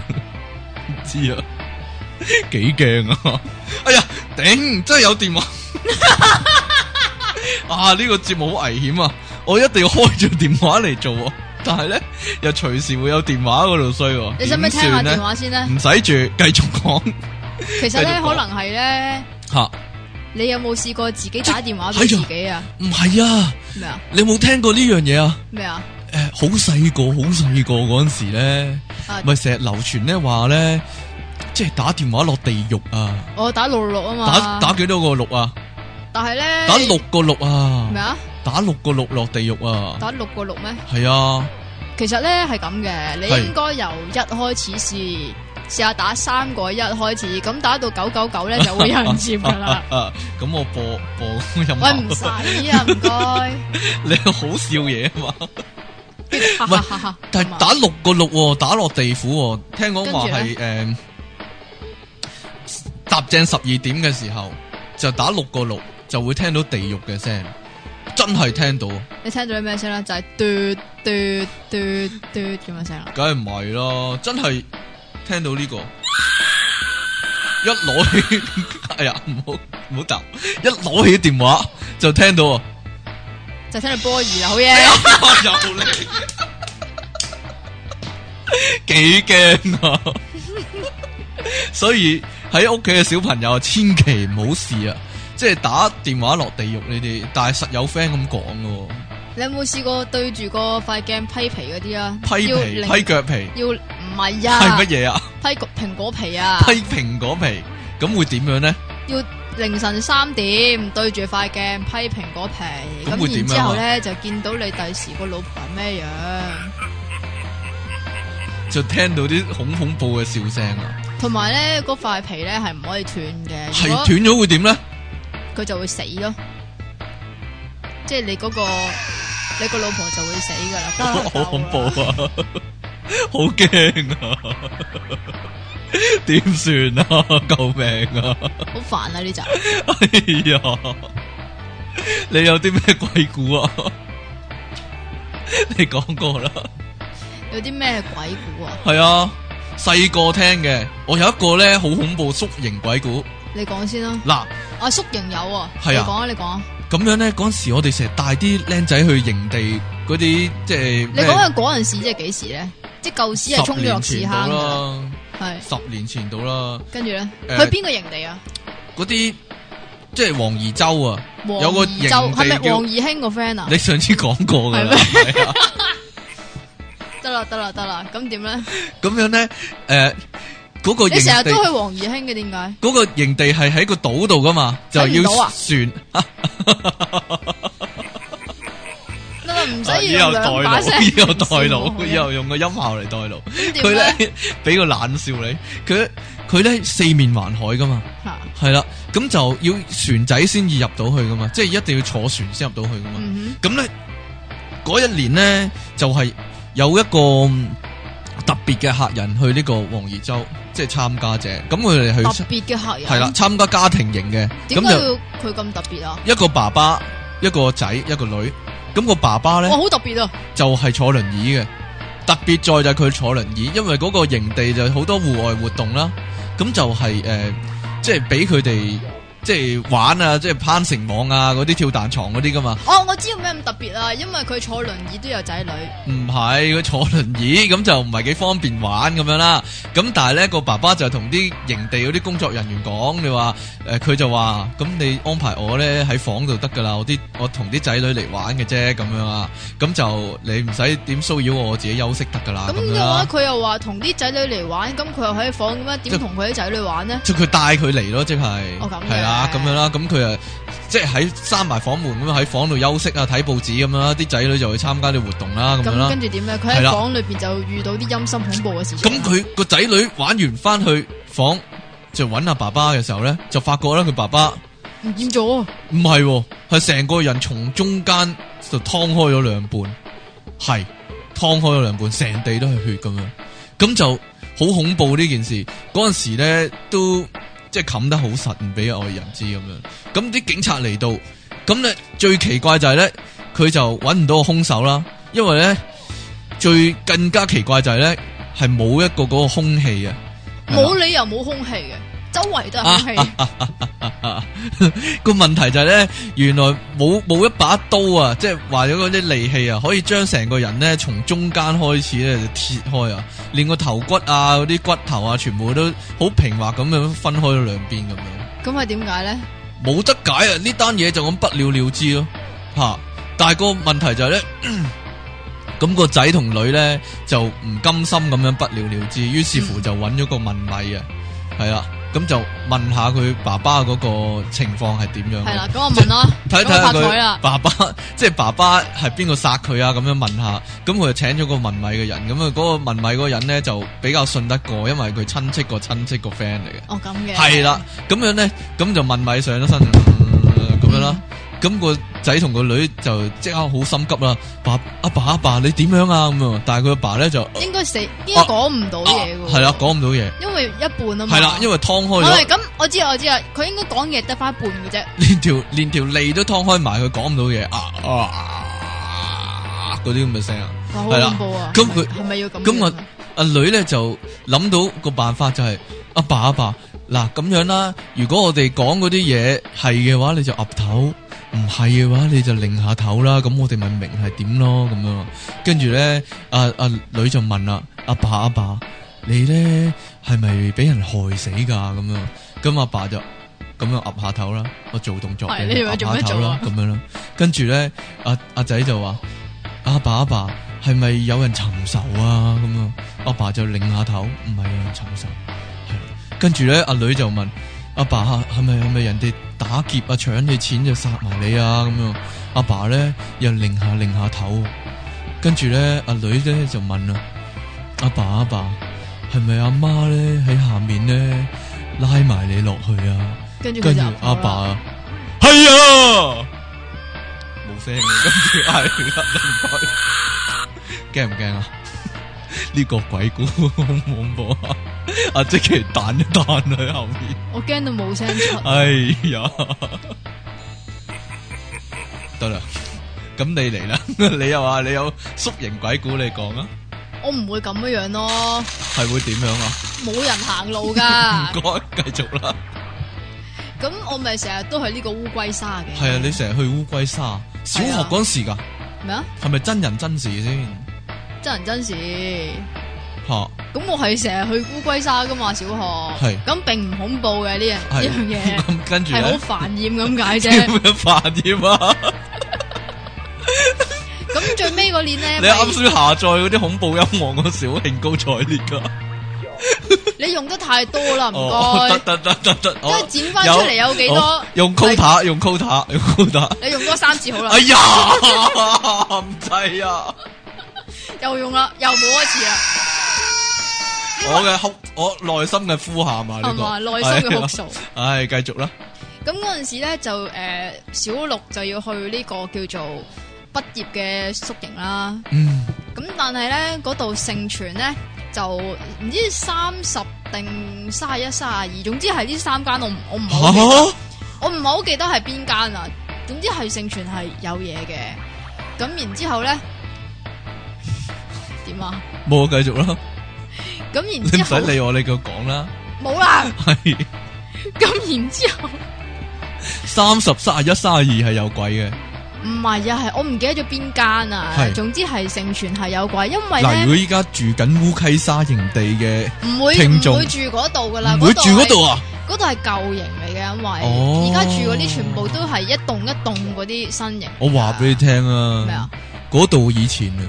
S2: 唔知啊，幾驚啊！哎呀，頂，真係有電話 啊！呢個節目好危險啊，我一定要開住電話嚟做啊，但係咧又隨時會有電話嗰度衰喎，
S1: 你使唔使
S2: 點
S1: 聽
S2: 算
S1: 下
S2: 呢
S1: 電話先咧？
S2: 唔使住，繼續講
S1: 其實
S2: 繼
S1: 咧，
S2: 續講
S1: 可能係咧，
S2: 吓，
S1: 你有冇試過自己打電話俾自
S2: 哎
S1: 己啊？
S2: 唔係啊，
S1: 咩啊
S2: 你有冇聽過呢樣嘢啊？
S1: 咩啊？
S2: 诶、好細個，好細個嗰阵时咧，
S1: 啊
S2: 咪成日流傳咧話咧，即係打電話落地獄啊！
S1: 我打六六六啊嘛，
S2: 打打几多個六啊？
S1: 但係咧，
S2: 打六個六啊
S1: 咩！啊？
S2: 打六個六落地獄啊！
S1: 打六個六咩？
S2: 係啊，
S1: 其實咧係咁嘅，你
S2: 係。
S1: 應該由一開始試，試下打三個一開始，咁打到九九九咧就會有人接噶啦
S2: 啊咁我播播音
S1: 喂，唔
S2: 樂
S1: 使啊，唔該。
S2: 你好笑嘢啊嘛！
S1: 哈哈哈 哈
S2: 但係打六個六喎，打落地府喎，聽講話
S1: 啊跟
S2: 係诶搭正十二點嘅時候就打六個六，就會聽到地獄嘅聲，真係聽到，
S1: 你聽到啲咩聲啦？就係嘟嘟嘟嘟咁嘅聲啦。
S2: 梗係唔係咯，真係聽到呢、個一攞起， 哎呀，唔好唔好答，一攞起電話就聽到啊，
S1: 就聽到波兒啦，好嘢！
S2: 又嚟， 幾驚啊！ 所以喺屋企嘅小朋友啊，千祈唔好試啊！即係打電話落地獄呢啲，但係實有 friend 咁講嘅
S1: 你有冇試過對住個塊鏡批皮嗰啲啊？
S2: 喎，批
S1: 要
S2: 皮、
S1: 零
S2: 批腳皮，
S1: 要唔係
S2: 係
S1: 啊？
S2: 乜嘢啊？
S1: 批個蘋果皮啊？
S2: 批蘋果皮，咁會點樣呢？
S1: 要凌晨三點對住塊鏡批蘋果皮，
S2: 咁會
S1: 咁
S2: 點
S1: 然
S2: 樣啊
S1: 之後咧就見到你第時個老婆係咩樣，
S2: 就聽到啲恐恐怖嘅笑聲啊！
S1: 同埋咧嗰塊皮咧係唔可以斷嘅，
S2: 係
S1: 如果
S2: 斷咗會點呢？
S1: 佢就會死咯，即係你嗰、個你個老婆就會死噶啦，得啦
S2: 好恐怖！
S1: 夠啦
S2: 啊！好驚啊！點算啊？救命啊！
S1: 好煩啊呢集，
S2: 哎呀，你有啲咩鬼故啊？你講過啦，
S1: 有啲咩鬼故啊？
S2: 係啊，細個聽嘅，我有一個咧好恐怖縮形鬼故。
S1: 你講先啦，
S2: 嗱，
S1: 阿叔仍有啊，你
S2: 係啊
S1: 講啊你講啊，
S2: 咁樣咧嗰陣時，我哋成日帶啲僆仔去營地嗰啲，即係
S1: 你
S2: 咩
S1: 講嘅嗰陣時即係幾時咧？即係舊時係
S2: 十
S1: 衝咗落
S2: 年
S1: 屎
S2: 前
S1: 坑
S2: 到
S1: 㗎，
S2: 啦，
S1: 係
S2: 十年前到啦，
S1: 跟住咧去
S2: 誒
S1: 邊個營地啊？
S2: 嗰啲即係黃怡洲啊，有個
S1: 黃怡洲
S2: 營
S1: 係
S2: 地
S1: 咪
S2: 叫
S1: 黃怡興個 friend 啊？
S2: 你上次講過噶啦，係啊
S1: 得啦得啦得啦，咁點咧？
S2: 咁樣咧，诶，嗰個
S1: 你成
S2: 營
S1: 日
S2: 地
S1: 都去黃怡興嘅，點解？
S2: 嗰個營地係喺個島度噶嘛，就
S1: 睇唔
S2: 要
S1: 到啊
S2: 船
S1: 得啦，唔
S2: 啊
S1: 使要
S2: 代
S1: 兩把聲，
S2: 以後代勞，以
S1: 又
S2: 後用個音效嚟代勞。佢
S1: 佢咧
S2: 咧俾個冷笑你，佢佢咧四面環海噶嘛，
S1: 吓，
S2: 係啦，咁就要船仔先至入到去噶嘛，即係一定要坐船先入到去噶嘛。
S1: 嗯
S2: 咁咧嗰一年咧就係、有一個嗯特別嘅客人去呢個黃怡洲，即係參加者。咁佢哋
S1: 特
S2: 去
S1: 別嘅客人
S2: 係啦，，參加家庭型嘅，
S1: 點
S2: 咁
S1: 解
S2: 就
S1: 要佢咁特別啊？
S2: 一個爸爸、一個仔、一個女。咁個爸爸呢
S1: 哇，，好特別啊！
S2: 就係坐輪椅嘅，特別在就係佢坐輪椅，因為嗰個營地就好多戶外活動啦。咁就係、誒、即係俾佢哋即係玩啊，即係攀繩網啊，嗰啲跳彈床嗰啲噶嘛。
S1: 哦，我知道咩咁特別啊，因為佢坐輪椅都有仔女，
S2: 唔係佢坐輪椅，咁就唔係幾方便玩咁樣啦。咁但係呢個爸爸就同啲營地嗰啲工作人員講，你話誒佢就話咁你安排我呢喺房度得㗎啦，我啲我同啲仔女嚟玩嘅啫咁樣啊。咁就你唔使點騷擾我，我自己休息得㗎啦
S1: 咁啊
S2: 咁樣
S1: 嘅話
S2: 啦。
S1: 佢又話同啲仔女嚟玩，咁佢又喺房咁樣，點同佢啲仔女玩呢？
S2: 即係佢帶佢嚟咯，即係
S1: 哦咁嘅
S2: 係啦咁樣啦，咁佢啊即係喺閂埋房門咁樣喺房度休息啊，睇報紙咁樣啦，啲仔女就去參加啲活動啦咁樣
S1: 咁
S2: 啦
S1: 跟。住點咧？佢
S2: 係
S1: 喺
S2: 啦
S1: 房裏邊就遇到啲陰森恐怖嘅事情。
S2: 咁佢個仔女玩完翻去房就揾阿爸爸嘅時候咧，就發覺咧佢爸爸
S1: 唔見咗，
S2: 唔係喎，係成個人從中間就劏開咗兩半，係劏開咗兩半，成地都係血咁樣，咁就好恐怖呢件事。嗰陣時咧都即係冚得好實，唔俾外人知咁樣。咁啲警察嚟到，咁咧最奇怪就係咧，佢就揾唔到個兇手啦，因為咧最更加奇怪就係咧係冇一個嗰個空氣啊，係啦
S1: 冇理由冇空氣嘅，周圍都係空氣。
S2: 個問題就係咧，原來冇冇一把刀啊，即係話咗嗰啲利器啊，可以將成個人咧從中間開始咧就切開啊，連個頭骨啊、嗰啲骨頭啊，全部都好平滑咁樣分開咗兩邊咁樣，
S1: 咁係點解咧？
S2: 冇得解啊！呢單嘢就咁不了了之咯，吓、但係個問題就係咧，咁個仔同女咧就唔甘心咁樣不了了之，於是乎就揾咗個問米啊，係啦，咁就問下佢爸爸嗰個情況係點樣嘅
S1: 係啦，咁我問啦，
S2: 睇
S1: 咁
S2: 睇下
S1: 我拍台啊
S2: 佢
S1: 啦。
S2: 爸 爸，即系爸爸係邊個殺佢啊？咁樣問下，咁佢就請咗個文米嘅人，咁啊嗰個文米嗰個人咧就比較信得過，因為佢親戚個親戚個 friend 嚟嘅，
S1: 哦，咁嘅。
S2: 係啦，咁樣咧，咁就文米上咗身嗯咁樣啦，咁個仔同個女就即刻好心急啦，爸阿爸阿爸你點樣啊咁啊？但係佢阿爸咧就啊
S1: 應該死，應該講唔到嘢嘅。
S2: 係啦，講唔到嘢，
S1: 因為一半啊嘛。
S2: 係啦，因為劏開
S1: 喂
S2: 咗
S1: 咁我知啦，我知啦，佢應該講嘢得翻一半嘅啫。
S2: 連條連條脷都劏開埋，佢講唔到嘢啊啊啊嗰啲咁嘅聲啊！
S1: 哇，好
S2: 係啦
S1: 恐怖啊！
S2: 咁佢
S1: 係咪要咁樣啊？
S2: 咁我阿女咧就諗到個辦法就係阿爸阿爸嗱咁樣啦，如果我哋講嗰啲嘢係嘅話，你就岌頭；唔係嘅話，你就擰下頭啦。咁我哋咪明係點咯咁樣。跟住咧，阿、阿、女就問啦：阿爸阿爸，你咧係咪俾人害死㗎？咁樣咁阿爸就。咁樣岌下頭啦，我做動作
S1: 係
S2: 嘅，
S1: 你以為
S2: 岌
S1: 做咩
S2: 下頭
S1: 做
S2: 啦
S1: 啊，
S2: 咁樣啦。跟住咧，阿阿仔就話：阿爸阿爸，係咪有人尋仇啊？咁啊，阿爸就擰下頭，唔係有人尋仇。係跟住咧，阿女就問：阿爸係咪係咪人哋打劫啊，搶你錢就殺埋你啊？咁樣，阿爸咧又擰下擰下頭。跟住咧，阿女咧就問啦：阿爸阿爸，係咪阿媽咧喺下面咧拉埋你落去啊？
S1: 跟住佢
S2: 跟住
S1: 就
S2: 阿爸係啊，冇聲嘅，跟住 嗌啦，驚唔驚啊？呢個鬼 故好恐怖啊！阿即奇彈一彈喺後面，
S1: 我驚到冇聲 出。
S2: 哎呀，得啦，咁你嚟 啦，你又話你有縮形鬼故，你講啊，
S1: 我唔會咁樣樣咯，
S2: 係會點樣啊？
S1: 冇人行路噶。
S2: 唔該，繼續啦。
S1: 咁我咪成日都係呢個烏龜沙嘅。
S2: 係啊，你成日去烏龜沙，小學嗰陣時㗎，
S1: 咩啊？
S2: 係咪真人真事先？
S1: 真人真事。
S2: 吓
S1: 咁我係成日去烏龜沙噶嘛，小學。
S2: 係
S1: 咁並唔恐怖嘅呢樣
S2: 係
S1: 呢樣嘢。
S2: 咁跟住
S1: 係好
S2: 咧，
S1: 煩厭咁 解
S2: 點
S1: 啫。
S2: 樣煩添啊？
S1: 咁最尾嗰年咧，
S2: 你啱先下載嗰啲恐怖音樂嗰時好興高采烈噶，
S1: 咪你用得太多啦，唔
S2: 哦，得
S1: 該，
S2: 得得得得，
S1: 即係
S2: 哦
S1: 剪翻出嚟有幾
S2: 哦
S1: 多？
S2: 用 quota，用 quota，用 quota，
S1: 你用多三次好啦
S2: 哎，呀， 唔制啊！
S1: 又用啦，又冇一次啦，
S2: 我嘅哭，我內心嘅呼喊啊，呢
S1: 係嘛？
S2: 個
S1: 內心嘅哭訴。
S2: 唉，繼續啦，
S1: 咁嗰陣時咧就诶小六就要去呢個叫做畢業嘅宿營啦。
S2: 嗯，
S1: 咁但係咧嗰度盛傳咧就唔知三十定三十一、三十二，總之係呢三間我唔我唔係
S2: 嗯
S1: 好記得
S2: 吓
S1: 我唔係好記得係邊間啦，總之係盛傳係有嘢嘅。咁然之後咧 點啊？
S2: 冇啊，繼續啦，
S1: 咁然
S2: 你唔
S1: 之
S2: 使
S1: 後
S2: 理我，你繼續講啦。
S1: 冇啦。
S2: 係
S1: 咁然之後
S2: 三十、三十一、三十二係有鬼嘅。
S1: 唔係啊，係我唔記得咗邊間啊
S2: 係。
S1: 總之係盛傳係有鬼，因為
S2: 嗱，如
S1: 咧
S2: 果依家住緊烏溪沙營地嘅，
S1: 唔會
S2: 聽眾
S1: 唔會住嗰度噶啦，
S2: 唔會住嗰
S1: 係
S2: 度啊？
S1: 嗰度係舊型嚟嘅，因
S2: 哦
S1: 為而家住嗰啲全部都係一棟一棟嗰啲新型。
S2: 我話俾你聽
S1: 咩啊
S2: 啊，嗰度以前啊，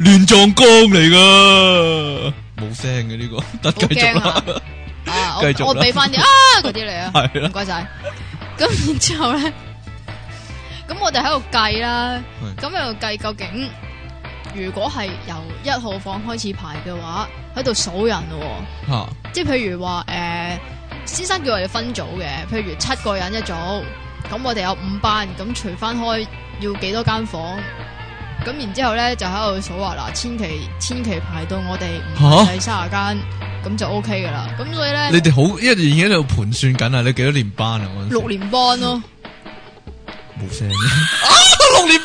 S2: 亂葬崗嚟噶，冇聲嘅呢個，
S1: 好
S2: 得繼續
S1: 驚啊
S2: 啦，！
S1: 啊，
S2: 繼續啦
S1: 我我俾翻啲啊嗰啲嚟啊，
S2: 係啦
S1: 唔該晒。咁然之後咧，咁我哋喺度計啦，
S2: 係
S1: 咁喺度計究竟如果係由一號房開始排嘅話，喺度數人咯
S2: 吓，
S1: 喎，即係譬如話誒，先生叫我哋分組嘅，譬如七個人一組，咁我哋有五班，咁除翻開要幾多間房？咁然之後咧就喺度數話嗱，千祈千祈排到我哋唔
S2: 嚇
S1: 係卅間，咁就 O K 噶啦。咁所以咧
S2: 你，哋好，一已經喺度盤算緊啊，你幾多年班啊？嗰陣時
S1: 六年班咯。
S2: 冇聲嘅，啊，六年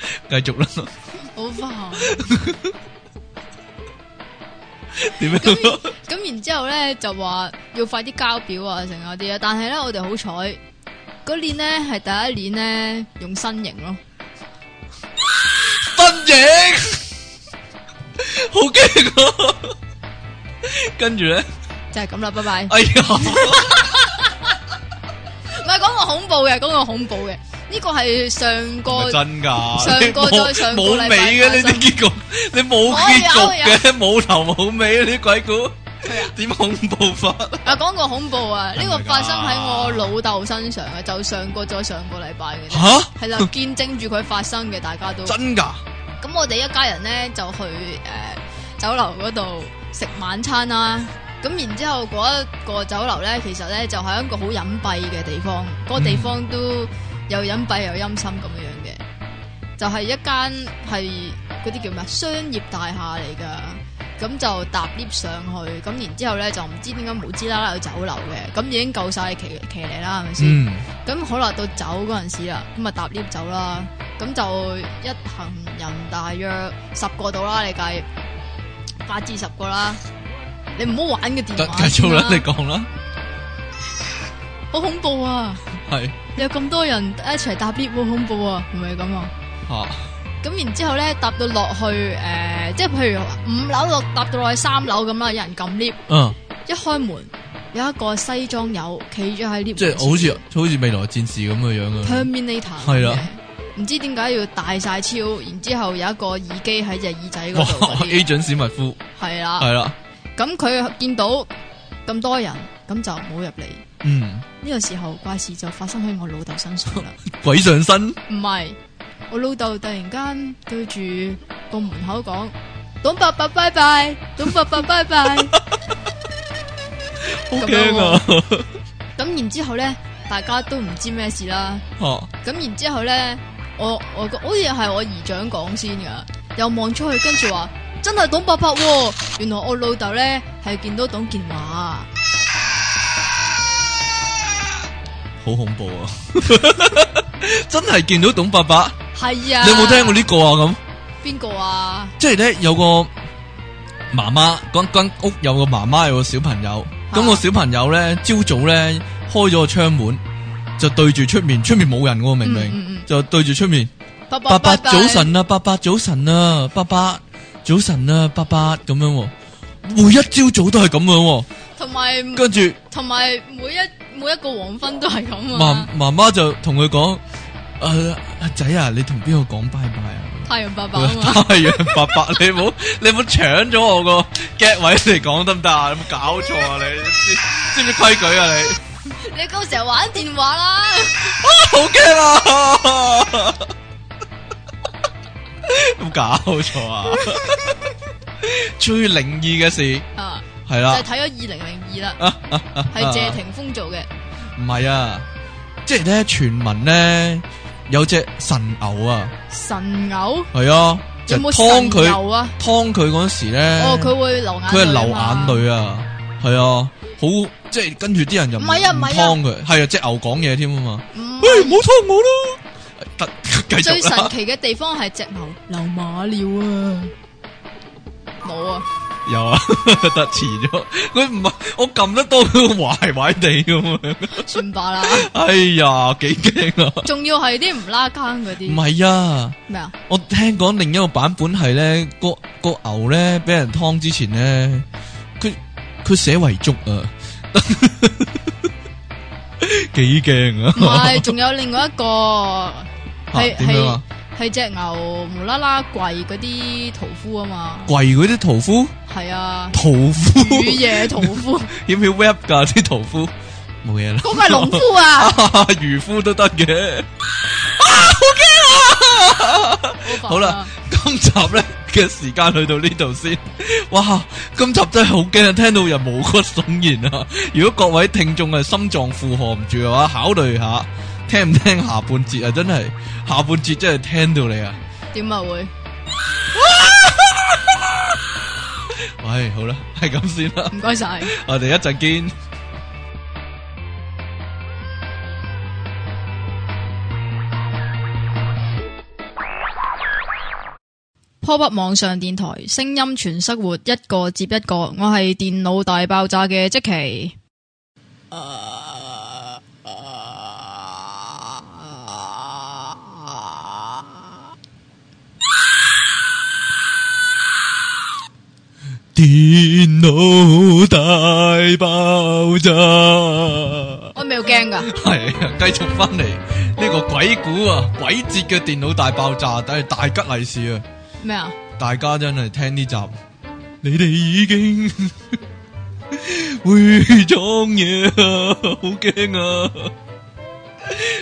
S2: 班，繼續啦，
S1: 好煩。
S2: 點樣
S1: 咁？咁然之後咧就話要快啲交表啊，成嗰啲啊。但係咧我哋好彩，嗰年咧係第一年咧用新型咯，
S2: 分影，好驚啊！跟住咧，
S1: 就係咁啦，拜拜。
S2: 哎呀，
S1: 唔係講個恐怖嘅，講個恐怖嘅，呢個係上個
S2: 真噶，
S1: 上個
S2: 你冇
S1: 再上個
S2: 冇
S1: 禮
S2: 尾
S1: 拜
S2: 嘅呢
S1: 發
S2: 啲
S1: 生
S2: 結局，你冇
S1: 我
S2: 結
S1: 有
S2: 局嘅，冇頭冇尾呢啲鬼故，點恐怖法？
S1: 啊講個恐怖啊，呢個
S2: 係咪㗎
S1: 發生喺我老豆身上嘅，就上個再上個禮拜 嘅啫。
S2: 吓，
S1: 係啦，啊見證住佢發生嘅，大家 都。
S2: 真噶，
S1: 咁我哋一家人咧就去诶、呃酒樓嗰度食晚餐啦。咁然之後嗰一個酒樓咧，其實咧就係一個好隱蔽嘅地方，嗰、個地方都又隱蔽又陰森咁樣嘅，就係、一間係嗰啲叫咩啊商業大廈嚟噶。咁就搭 lift 上去，咁然之後咧就唔知點解無知啦啦有酒樓嘅，咁已經夠晒騎騎呢啦，係咪先？
S2: 嗯，
S1: 咁好啦，到走嗰陣時啦，咁啊搭 lift 走啦，咁就一行人大約十個度啦，你計八至十個啦，你唔好玩嘅電
S2: 得
S1: 話
S2: 繼續
S1: 先
S2: 啦，你講啦，
S1: 好恐怖啊！
S2: 係
S1: 有咁多人一齊搭 lift，好恐怖啊，係咪咁啊？
S2: 吓，
S1: 咁然之後咧，搭到落去誒、呃即係譬如五樓落搭到落去三樓咁啦，有人撳 lift，
S2: 嗯，
S1: 一開門有一個西裝友企咗喺 lift，
S2: 即係
S1: 門前
S2: 好似好似未來戰士咁嘅樣啊，
S1: Terminator
S2: 係啦
S1: 嘅，唔知點解要戴晒超，然之後有一個耳機喺隻耳仔
S2: 哇
S1: 嗰度嗰啲，啊
S2: ，agent 史密夫
S1: 係啦。
S2: 係啦，
S1: 咁佢見到咁多人，咁就冇入嚟。
S2: 嗯，
S1: 呢個時候怪事就發生喺我老豆身上 啦。
S2: 鬼上身，
S1: 唔係，我老豆突然間對住個門口講：董伯伯拜拜，董伯伯拜拜。
S2: 好
S1: 咁
S2: 驚啊，
S1: 咁然之後咧，大家都唔知咩事啦。
S2: 吓。
S1: 咁然之後咧，我我個好似係我姨丈講先噶，又望出去，跟住話真係董伯伯喎、原來我老豆咧係見到董建華，
S2: 好恐怖啊！ 真系见到董伯伯，
S1: 係啊，
S2: 你有冇聽過呢個啊？咁
S1: 邊個啊？
S2: 即係咧有個媽媽，嗰間屋有個媽媽有個小朋友，咁、
S1: 啊
S2: 個小朋友咧朝早咧開咗個窗門，就對住出面，出面冇人喎，明明、
S1: 嗯嗯嗯
S2: 就對住出面，
S1: 伯伯
S2: 伯伯
S1: 拜拜
S2: 早，晨啊，伯伯早晨啊，伯伯早晨啊，伯伯咁樣喎，每一朝早都係咁樣
S1: 同埋
S2: 喎，跟住。
S1: 同埋每一每一個黃昏都係咁
S2: 媽
S1: 啊，
S2: 媽媽就同佢講：诶、阿仔啊，你同邊個講拜拜啊？
S1: 太陽伯伯啊嘛，
S2: 太陽伯伯，你唔好你唔好搶咗我個 get 位嚟講得唔得啊？有冇搞錯啊你？知知唔知規矩啊你？
S1: 你咁成日玩電話啦，
S2: 好驚啊！ 有冇搞 錯啊！最靈異嘅事
S1: 啊，
S2: 係
S1: 就
S2: 啦
S1: 係，睇咗二零零二
S2: 啊
S1: 啦，係謝霆鋒做嘅，
S2: 唔係啊，即係咧傳聞咧有隻神牛啊，
S1: 神牛
S2: 係啊，就
S1: 有冇
S2: 劏
S1: 神
S2: 佢
S1: 油啊？
S2: 劏佢嗰陣時咧，
S1: 哦，佢會流眼淚啊嘛，
S2: 佢係流眼淚啊，係啊，好即係跟住啲人就唔
S1: 唔係啊唔係啊
S2: 劏佢，係啊，即牛講嘢添啊嘛，
S1: 唔
S2: 喂，唔好劏我啦，得繼
S1: 最
S2: 續
S1: 神
S2: 啦，
S1: 奇嘅地方係隻牛流馬尿啊！冇 啊，
S2: 有啊， 得遲咗，佢唔係我撳得多，佢壞壞地咁樣，
S1: 算罷啦。
S2: 哎呀，幾驚啊！
S1: 仲要係啲唔拉更嗰
S2: 唔
S1: 啲
S2: 係啊，
S1: 咩啊？
S2: 我聽講另一個版本係咧，個個牛咧俾人劏之前咧，佢佢寫遺囑啊， 幾驚啊！
S1: 唔係，仲有另外一個
S2: 嚇
S1: 係
S2: 點樣啊？
S1: 係隻牛無啦啦跪嗰啲屠夫啊嘛，
S2: 跪嗰啲屠夫，，
S1: 係啊
S2: 屠夫
S1: 雨夜屠夫，
S2: 要唔要 rap 噶啲屠夫？冇嘢啦，
S1: 嗰個係農夫啊，
S2: 漁夫都得嘅。 好
S1: 啊
S2: 啦，今集咧嘅時間去到呢度先。哇，今集真係好驚啊！聽到人毛骨悚然啊！如果各位聽眾係心臟負荷唔住嘅話，考慮下聽唔聽下半節啊！真係下半節真係聽到你啊！
S1: 煩啊，點啊會？
S2: 喂，好啦，係咁先啦，
S1: 唔該晒。
S2: 我哋一陣見。
S1: Pop Up 網上電台，聲音全生活，一個接一個。我係電腦大爆炸嘅即期。
S2: 電腦大爆炸。
S1: 我未有驚噶，
S2: 系啊，继续翻嚟呢个鬼故啊，鬼節嘅電腦大爆炸，但係大吉利是啊！
S1: 咩啊？
S2: 大家真係聽呢集，你哋已經會裝嘢啊，好驚啊！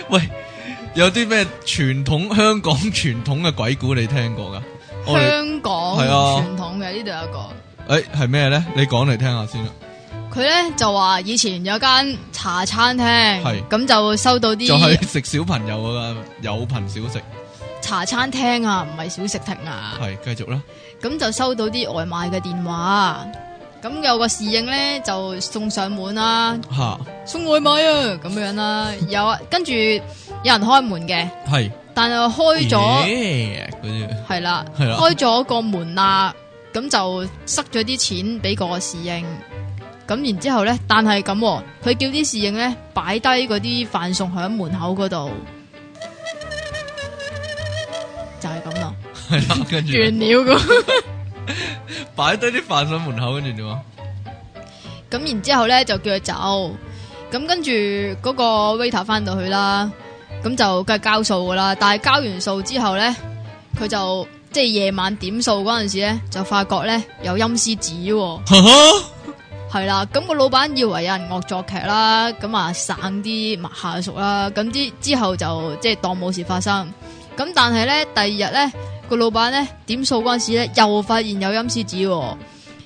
S2: 喂，有啲咩傳統香港傳統嘅鬼故你聽過噶？我哋
S1: 香港
S2: 係啊
S1: 傳統嘅呢度有一個。
S2: 诶係咩咧？你講嚟聽下先啦。啊
S1: 佢咧就話以前有間茶餐廳
S2: 係，
S1: 咁就收到
S2: 就係
S1: 啲
S2: 食小朋友啊，有朋小食，
S1: 茶餐廳啊，唔係小食亭啊，
S2: 係繼續啦。
S1: 咁就收到啲外賣嘅電話，咁有個侍應咧就送上門啦，
S2: 吓，
S1: 送外賣啊，咁樣啦，有啊，跟住有人開門嘅，
S2: 係
S1: 但係開咗
S2: 耶嗰啲。
S1: 係啦，
S2: 係啦
S1: 開咗個門啦，咁就塞咗啲錢俾個侍應，咁然之後咧，但係咁喎，佢叫啲侍應咧擺低嗰啲飯餸喺門口嗰度，就係咁啦，
S2: 系啦，跟住
S1: 完了咁，
S2: 擺低啲飯喺門口，跟住點啊？
S1: 咁然之後咧就叫佢走，咁跟住嗰個 waiter 翻到去啦，咁就梗係交數噶啦，但係交完數之後咧，佢就即係夜晚點數嗰陣時咧，就發覺咧有陰司紙喎。系啦，咁、個老闆以為有人惡作劇啦，咁啊省啲下屬啦，咁之之後就即係當冇事發生。咁但係咧，第二日咧個老闆咧點數嗰陣時咧，又發現有陰司紙喎，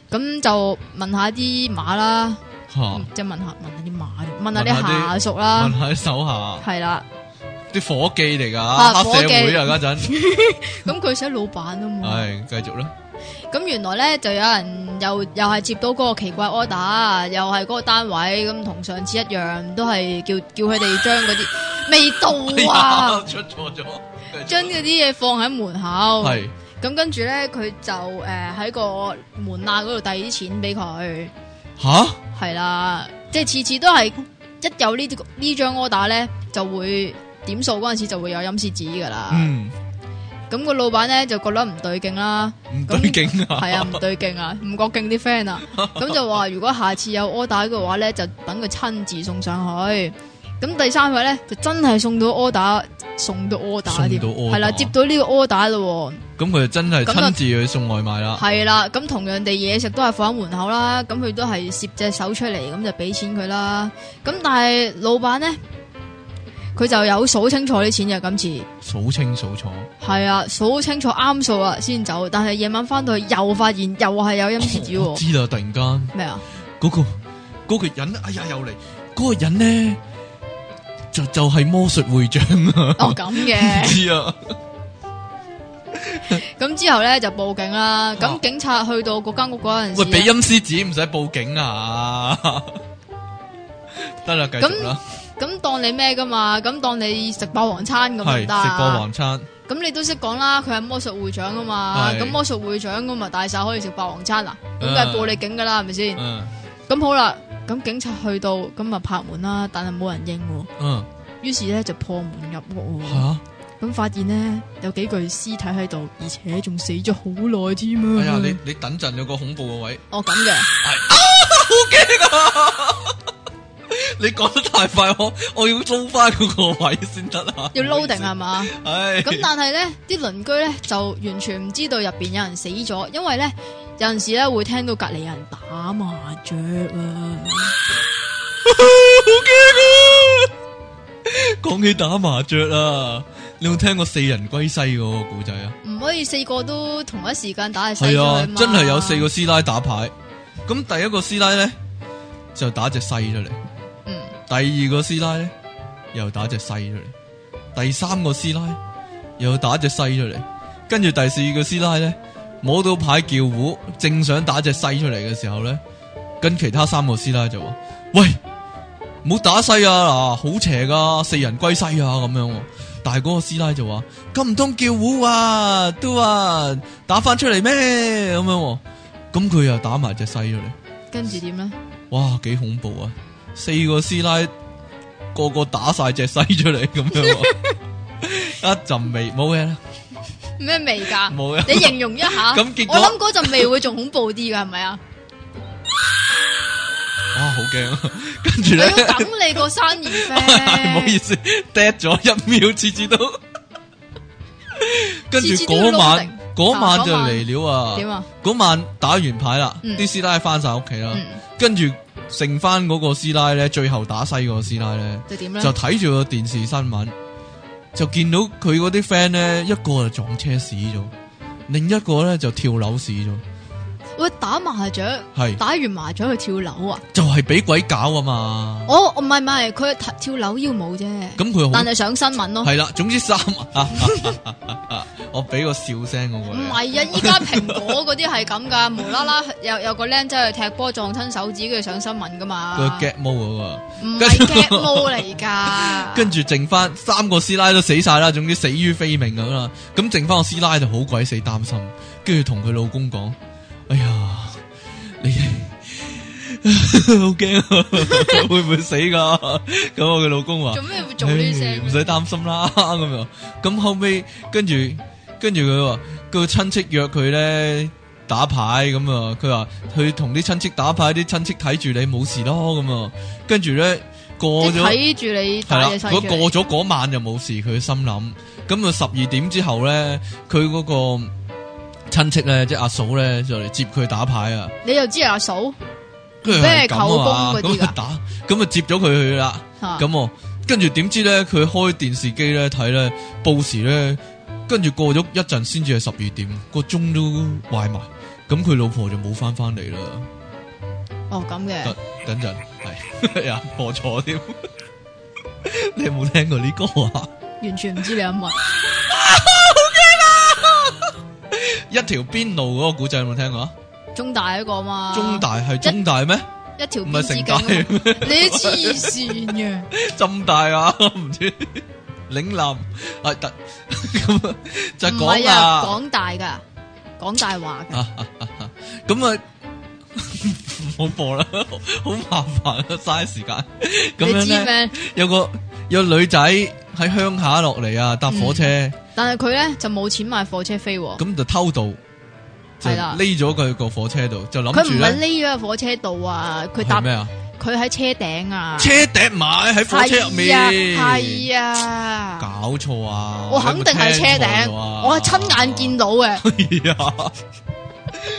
S1: 咁就問下啲馬啦，嗯
S2: 吓，
S1: 即係問下問下啲馬，問下
S2: 啊問下
S1: 啲下屬啦
S2: 問，喺手下
S1: 係啦。
S2: 啲伙計嚟
S1: 啊
S2: 噶，黑社會 啊家陣，
S1: 咁佢寫老闆啊嘛，
S2: 係繼續啦，
S1: 咁原來咧就有人又又係接到嗰個奇怪 order，又係嗰個單位咁，同上次一樣，都係叫叫佢哋將嗰 啲
S2: 哎
S1: 未到
S2: 呀
S1: 啊，
S2: 出錯咗，繼
S1: 將
S2: 續
S1: 嗰啲嘢放喺門口。
S2: 係
S1: 咁跟住咧，佢就呃誒喺、個門罅嗰度遞啲錢俾佢，
S2: 吓
S1: 係啦，即係次次都係一有呢啲呢張 order 咧，就會點數嗰陣時就會有陰司紙噶啦。
S2: 嗯
S1: 咁、個老闆咧就覺得唔對勁 啦。
S2: 唔對勁啊，
S1: 系啊，唔對勁啊，唔覺勁啲 friend 啊，咁就話如果下次有 order 嘅話咧，就等佢親自送上去。咁第三位咧就真係送到 order，送到 order
S2: 送
S1: 添，
S2: 到 order
S1: 係啦，接到呢個 order 咯
S2: 咁佢就真係
S1: 咁就
S2: 親自去送外賣
S1: 喎，
S2: 啦，
S1: 係啦，咁同樣地嘢食都係放喺門口啦，咁佢都係攝隻手出嚟，咁就俾錢佢啦。咁但係老闆咧，佢就有數清楚啲錢嘅今次。
S2: 數清數楚，
S1: 係啊，數清楚啱數啊先走，但係夜晚翻到去又發現又係有陰司紙
S2: 我
S1: 喎，
S2: 知啦，突然間。
S1: 咩啊？
S2: 嗰、個嗰、個人，哎呀又嚟，嗰、個人咧 就就係魔術會長啊！
S1: 哦咁
S2: 唔
S1: 嘅，
S2: 知啊，
S1: 咁之後咧就報警啦。
S2: 啊
S1: 咁警察去到嗰間屋嗰陣時啊
S2: 喂，
S1: 呢，
S2: 俾阴司纸唔使報警啊！ 得啦，繼續啦，
S1: 咁當你咩噶嘛？咁當你食霸王餐咁
S2: 係
S1: 咪
S2: 食
S1: 得
S2: 過
S1: 啊。
S2: 皇餐，
S1: 咁你都識講啦，佢係魔術會長啊嘛。
S2: 係
S1: 咁魔術會長咁咪大晒可以食霸王餐啦。啊咁梗係報你警噶啦，係咪先？
S2: 嗯
S1: 咁好啦，咁警察去到咁啊拍門啦，但係冇人應喎。
S2: 嗯
S1: 於是咧就破門入屋喎。
S2: 吓，
S1: 咁發現呢，有幾具屍體喺度，而且仲死咗好耐添啊！
S2: 哎呀，你你等陣有個恐怖嘅位，
S1: 哦咁嘅，
S2: 你講得太快，我我要租翻嗰個位先得啊！
S1: 要撈定係 嘛？
S2: 唉，
S1: 咁但係呢啲鄰居呢，就完全唔知道入边有人死咗，因為呢，有陣時呢會聽到隔離有人打麻雀啊！
S2: 講起打麻雀啊，你有冇聽過四人歸西嗰個故仔啊？
S1: 唔可以四個都同一時間打係
S2: 係啊，真係有四個
S1: 個
S2: 師奶打牌。咁第一個師奶咧就打隻西出嚟，
S1: 嗯
S2: 第二個師奶咧又打隻西出嚟，第三個師奶又打隻西出嚟，跟住第四個師奶咧摸到牌叫糊，正想打隻西出嚟嘅時候咧，跟其他三個師奶就話：喂，唔好打西啊！嗱，好邪噶，四人歸西啊咁樣喎。但係嗰個師奶就話：咁唔通叫糊啊，都啊打翻出嚟咩？咁樣喎，咁佢又打埋隻西出嚟。
S1: 跟住點呢？
S2: 哇，幾恐怖啊！四個師奶個個打晒隻西出嚟咁樣 喎，一陣味冇嘢啦，
S1: 咩味㗎？
S2: 冇嘢。
S1: 你形容一下，
S2: 咁結果
S1: 我諗嗰陣味會仲恐怖啲㗎，係咪 啊？
S2: 哇，好驚啊！跟住
S1: 我
S2: 咧，
S1: 要等你個 生意 friend，
S2: 哎唔好意思，跌咗一秒，次 次都。跟住
S1: 次次都
S2: 嗰
S1: 撈定
S2: 晚，嗰
S1: 啊
S2: 晚
S1: 嗰
S2: 就
S1: 晚
S2: 嚟料啊！
S1: 點啊？
S2: 嗰晚打完牌啦，
S1: 嗯
S2: 啲師奶翻晒屋企啦，
S1: 嗯，
S2: 跟住剩翻嗰個師奶咧，最後打西嗰個師奶咧。
S1: 就點呢？
S2: 就睇住個電視新聞，就見到佢嗰啲 friend 咧，一個就撞車死咗，另一個咧就跳樓死咗，
S1: 喂，打麻雀，
S2: 係
S1: 打完麻雀去跳樓啊！
S2: 就係俾鬼搞啊嘛。
S1: 哦，唔係唔係，佢係跳樓腰舞啫，
S2: 咁佢
S1: 但
S2: 好
S1: 係上新聞咯。
S2: 係啦，總之三 我俾個笑聲嗰個
S1: 唔
S2: 你
S1: 係 啊！依家蘋果嗰啲係咁噶，無啦啦有有個僆仔去踢波撞親手指，跟住上新聞噶嘛。
S2: 個 get 毛嗰個，
S1: 唔係 get 毛嚟㗎。
S2: 跟住剩翻三個師奶都死晒啦，總之死於非命咁啦。咁剩翻個師奶就好鬼死擔心，跟住同佢老公講：哎呀，你 好驚啊，會唔會死噶？咁我佢老公話。
S1: 做咩會做呢啲
S2: 唉
S1: 聲？
S2: 唔
S1: 啊
S2: 使擔心啦，咁樣。咁後尾跟住跟住佢話個親戚約佢咧打牌咁啊，佢話去同啲親戚打牌，啲親戚睇住你冇事咯咁啊。跟住咧過
S1: 即係
S2: 咗
S1: 睇住你
S2: 係
S1: 打
S2: 啦，
S1: 嘢細
S2: 佢過咗嗰晚就冇事，佢心諗。咁啊十二點之後咧，佢嗰個親戚咧，即係阿嫂咧就嚟接佢打牌啊。
S1: 你又知係阿嫂
S2: 跟住
S1: 咩
S2: 係咁啊嘛，
S1: 舅公嗰啲啊
S2: 咁啊
S1: 㗎
S2: 打，咁啊接咗佢去啦。
S1: 嚇
S2: 咁喎，跟住點知咧，佢開電視機咧睇咧報時咧，跟住過咗一陣先至係十二點，個鐘都壞埋，咁佢老婆就冇翻翻嚟啦。
S1: 哦咁嘅
S2: 等。等陣，係 哎呀播錯添，你有冇聽過呢歌啊？
S1: 完全唔知你有乜，
S2: 一條邊路嗰個古仔有冇聽過啊？
S1: 中大嗰個嘛，
S2: 中大係中大咩？
S1: 一條
S2: 唔
S1: 邊
S2: 係
S1: 之
S2: 城
S1: 徑
S2: 大
S1: 啊嘛， 你黐線嘅，
S2: 浸大啊？ 唔知嶺南啊？特 咁啊就
S1: 唔
S2: 講
S1: 係
S2: 啊
S1: 啊，。講大噶，講大話噶，
S2: 咁啊， 唔好播啦， 好麻煩啊，嘥時間。咁
S1: 你
S2: 樣
S1: 知
S2: 咧，
S1: 咩？
S2: 有個有女仔喺鄉下落嚟啊，搭火車，咁、
S1: 但係佢咧就冇錢買火車飛喎，
S2: 就偷渡，就
S1: 係啦
S2: 匿咗佢個火車度，就諗
S1: 佢唔
S2: 住
S1: 係
S2: 咧，
S1: 匿咗喺火車度啊，佢搭
S2: 係咩啊？
S1: 佢喺車頂啊，
S2: 車頂埋喺火車入面，
S1: 係啊，係啊
S2: 搞錯啊！
S1: 我肯定係車頂，我係親眼見
S2: 到。
S1: 到 嘅，
S2: 係啊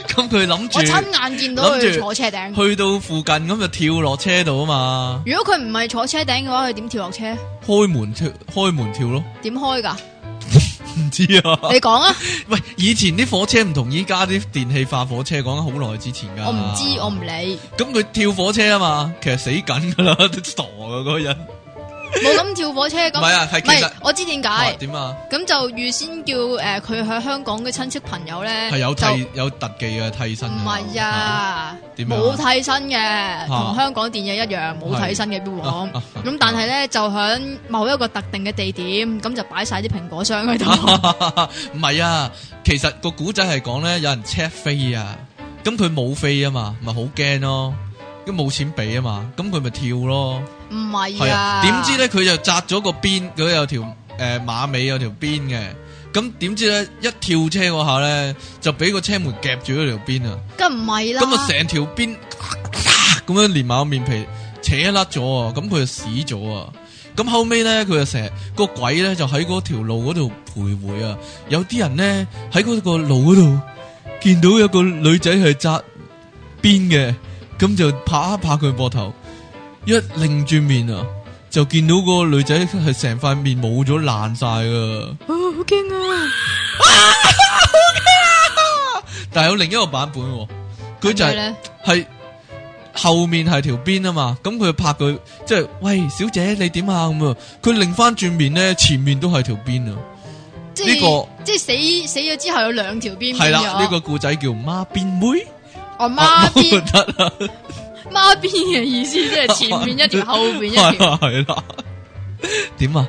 S2: 咁佢諗
S1: 我
S2: 住
S1: 親眼見到
S2: 諗
S1: 佢
S2: 住
S1: 坐車頂。
S2: 去到附近咁就跳落車度啊嘛，
S1: 如果佢唔係坐車頂嘅話，佢點跳落車？
S2: 開門跳開門跳咯。
S1: 點開
S2: 啊
S1: 㗎？
S2: 唔知啊。
S1: 你講啊！
S2: 喂，以前啲火車唔同依家啲電氣化火車，講緊好耐之前噶。
S1: 我唔知，我唔理。
S2: 啊咁佢跳火車啊嘛，其實死緊噶啦，都傻噶嗰個人。
S1: 冇諗跳火車咁。
S2: 唔係啊係
S1: 唔
S2: 其實
S1: 係我知點
S2: 啊
S1: 解。
S2: 點啊？
S1: 咁就預先叫誒佢喺香港嘅親戚朋友咧，
S2: 係有
S1: 就
S2: 替有特技嘅替身㗎
S1: 唔
S2: 嘛。
S1: 係啊，
S2: 點樣
S1: 冇
S2: 啊
S1: 替身嘅，同香港電影一樣冇替身嘅標王。咁但係咧就喺某一個特定嘅地點，咁就擺晒啲蘋果箱喺度。
S2: 唔係啊，其實個古仔係講咧，有人 check 飛啊，咁佢冇飛啊嘛，咪好驚咯，咁冇錢俾啊嘛，咁佢咪跳咯，
S1: 唔係
S2: 係
S1: 啊
S2: 啊，，點知咧佢就扎咗個邊，佢有條诶馬尾有條邊嘅，咁點知咧一跳車嗰下咧就俾個車門夾住咗條邊啊，
S1: 梗唔係啦。
S2: 咁啊成條邊咁樣連埋個面皮扯甩咗啊，咁佢就死咗啊！咁後尾咧，佢就成日個鬼咧就喺嗰條路嗰度徘徊啊！有啲人咧喺嗰個路嗰度見到有個女仔係扎邊嘅，咁就拍一拍佢膊頭，一擰轉面啊，就見到個女仔係成塊面冇咗爛晒噶。
S1: 啊好驚啊！
S2: 但係有另一個版本喎，佢就
S1: 點解
S2: 係
S1: 咧
S2: 系后面系条边啊嘛，咁佢拍佢即系喂小姐你点啊咁啊，佢拧翻转面咧，前面都系条边啊，
S1: 即係
S2: 呢
S1: 即係死死咗之後有兩條邊
S2: 系
S1: 變
S2: 啦，呢
S1: 咗。
S2: 个故仔叫孖边妹，
S1: 哦孖邊
S2: 得啦，
S1: 孖邊嘅意思即係前面一
S2: 啊
S1: 條，後面一條。
S2: 系啦，点啊？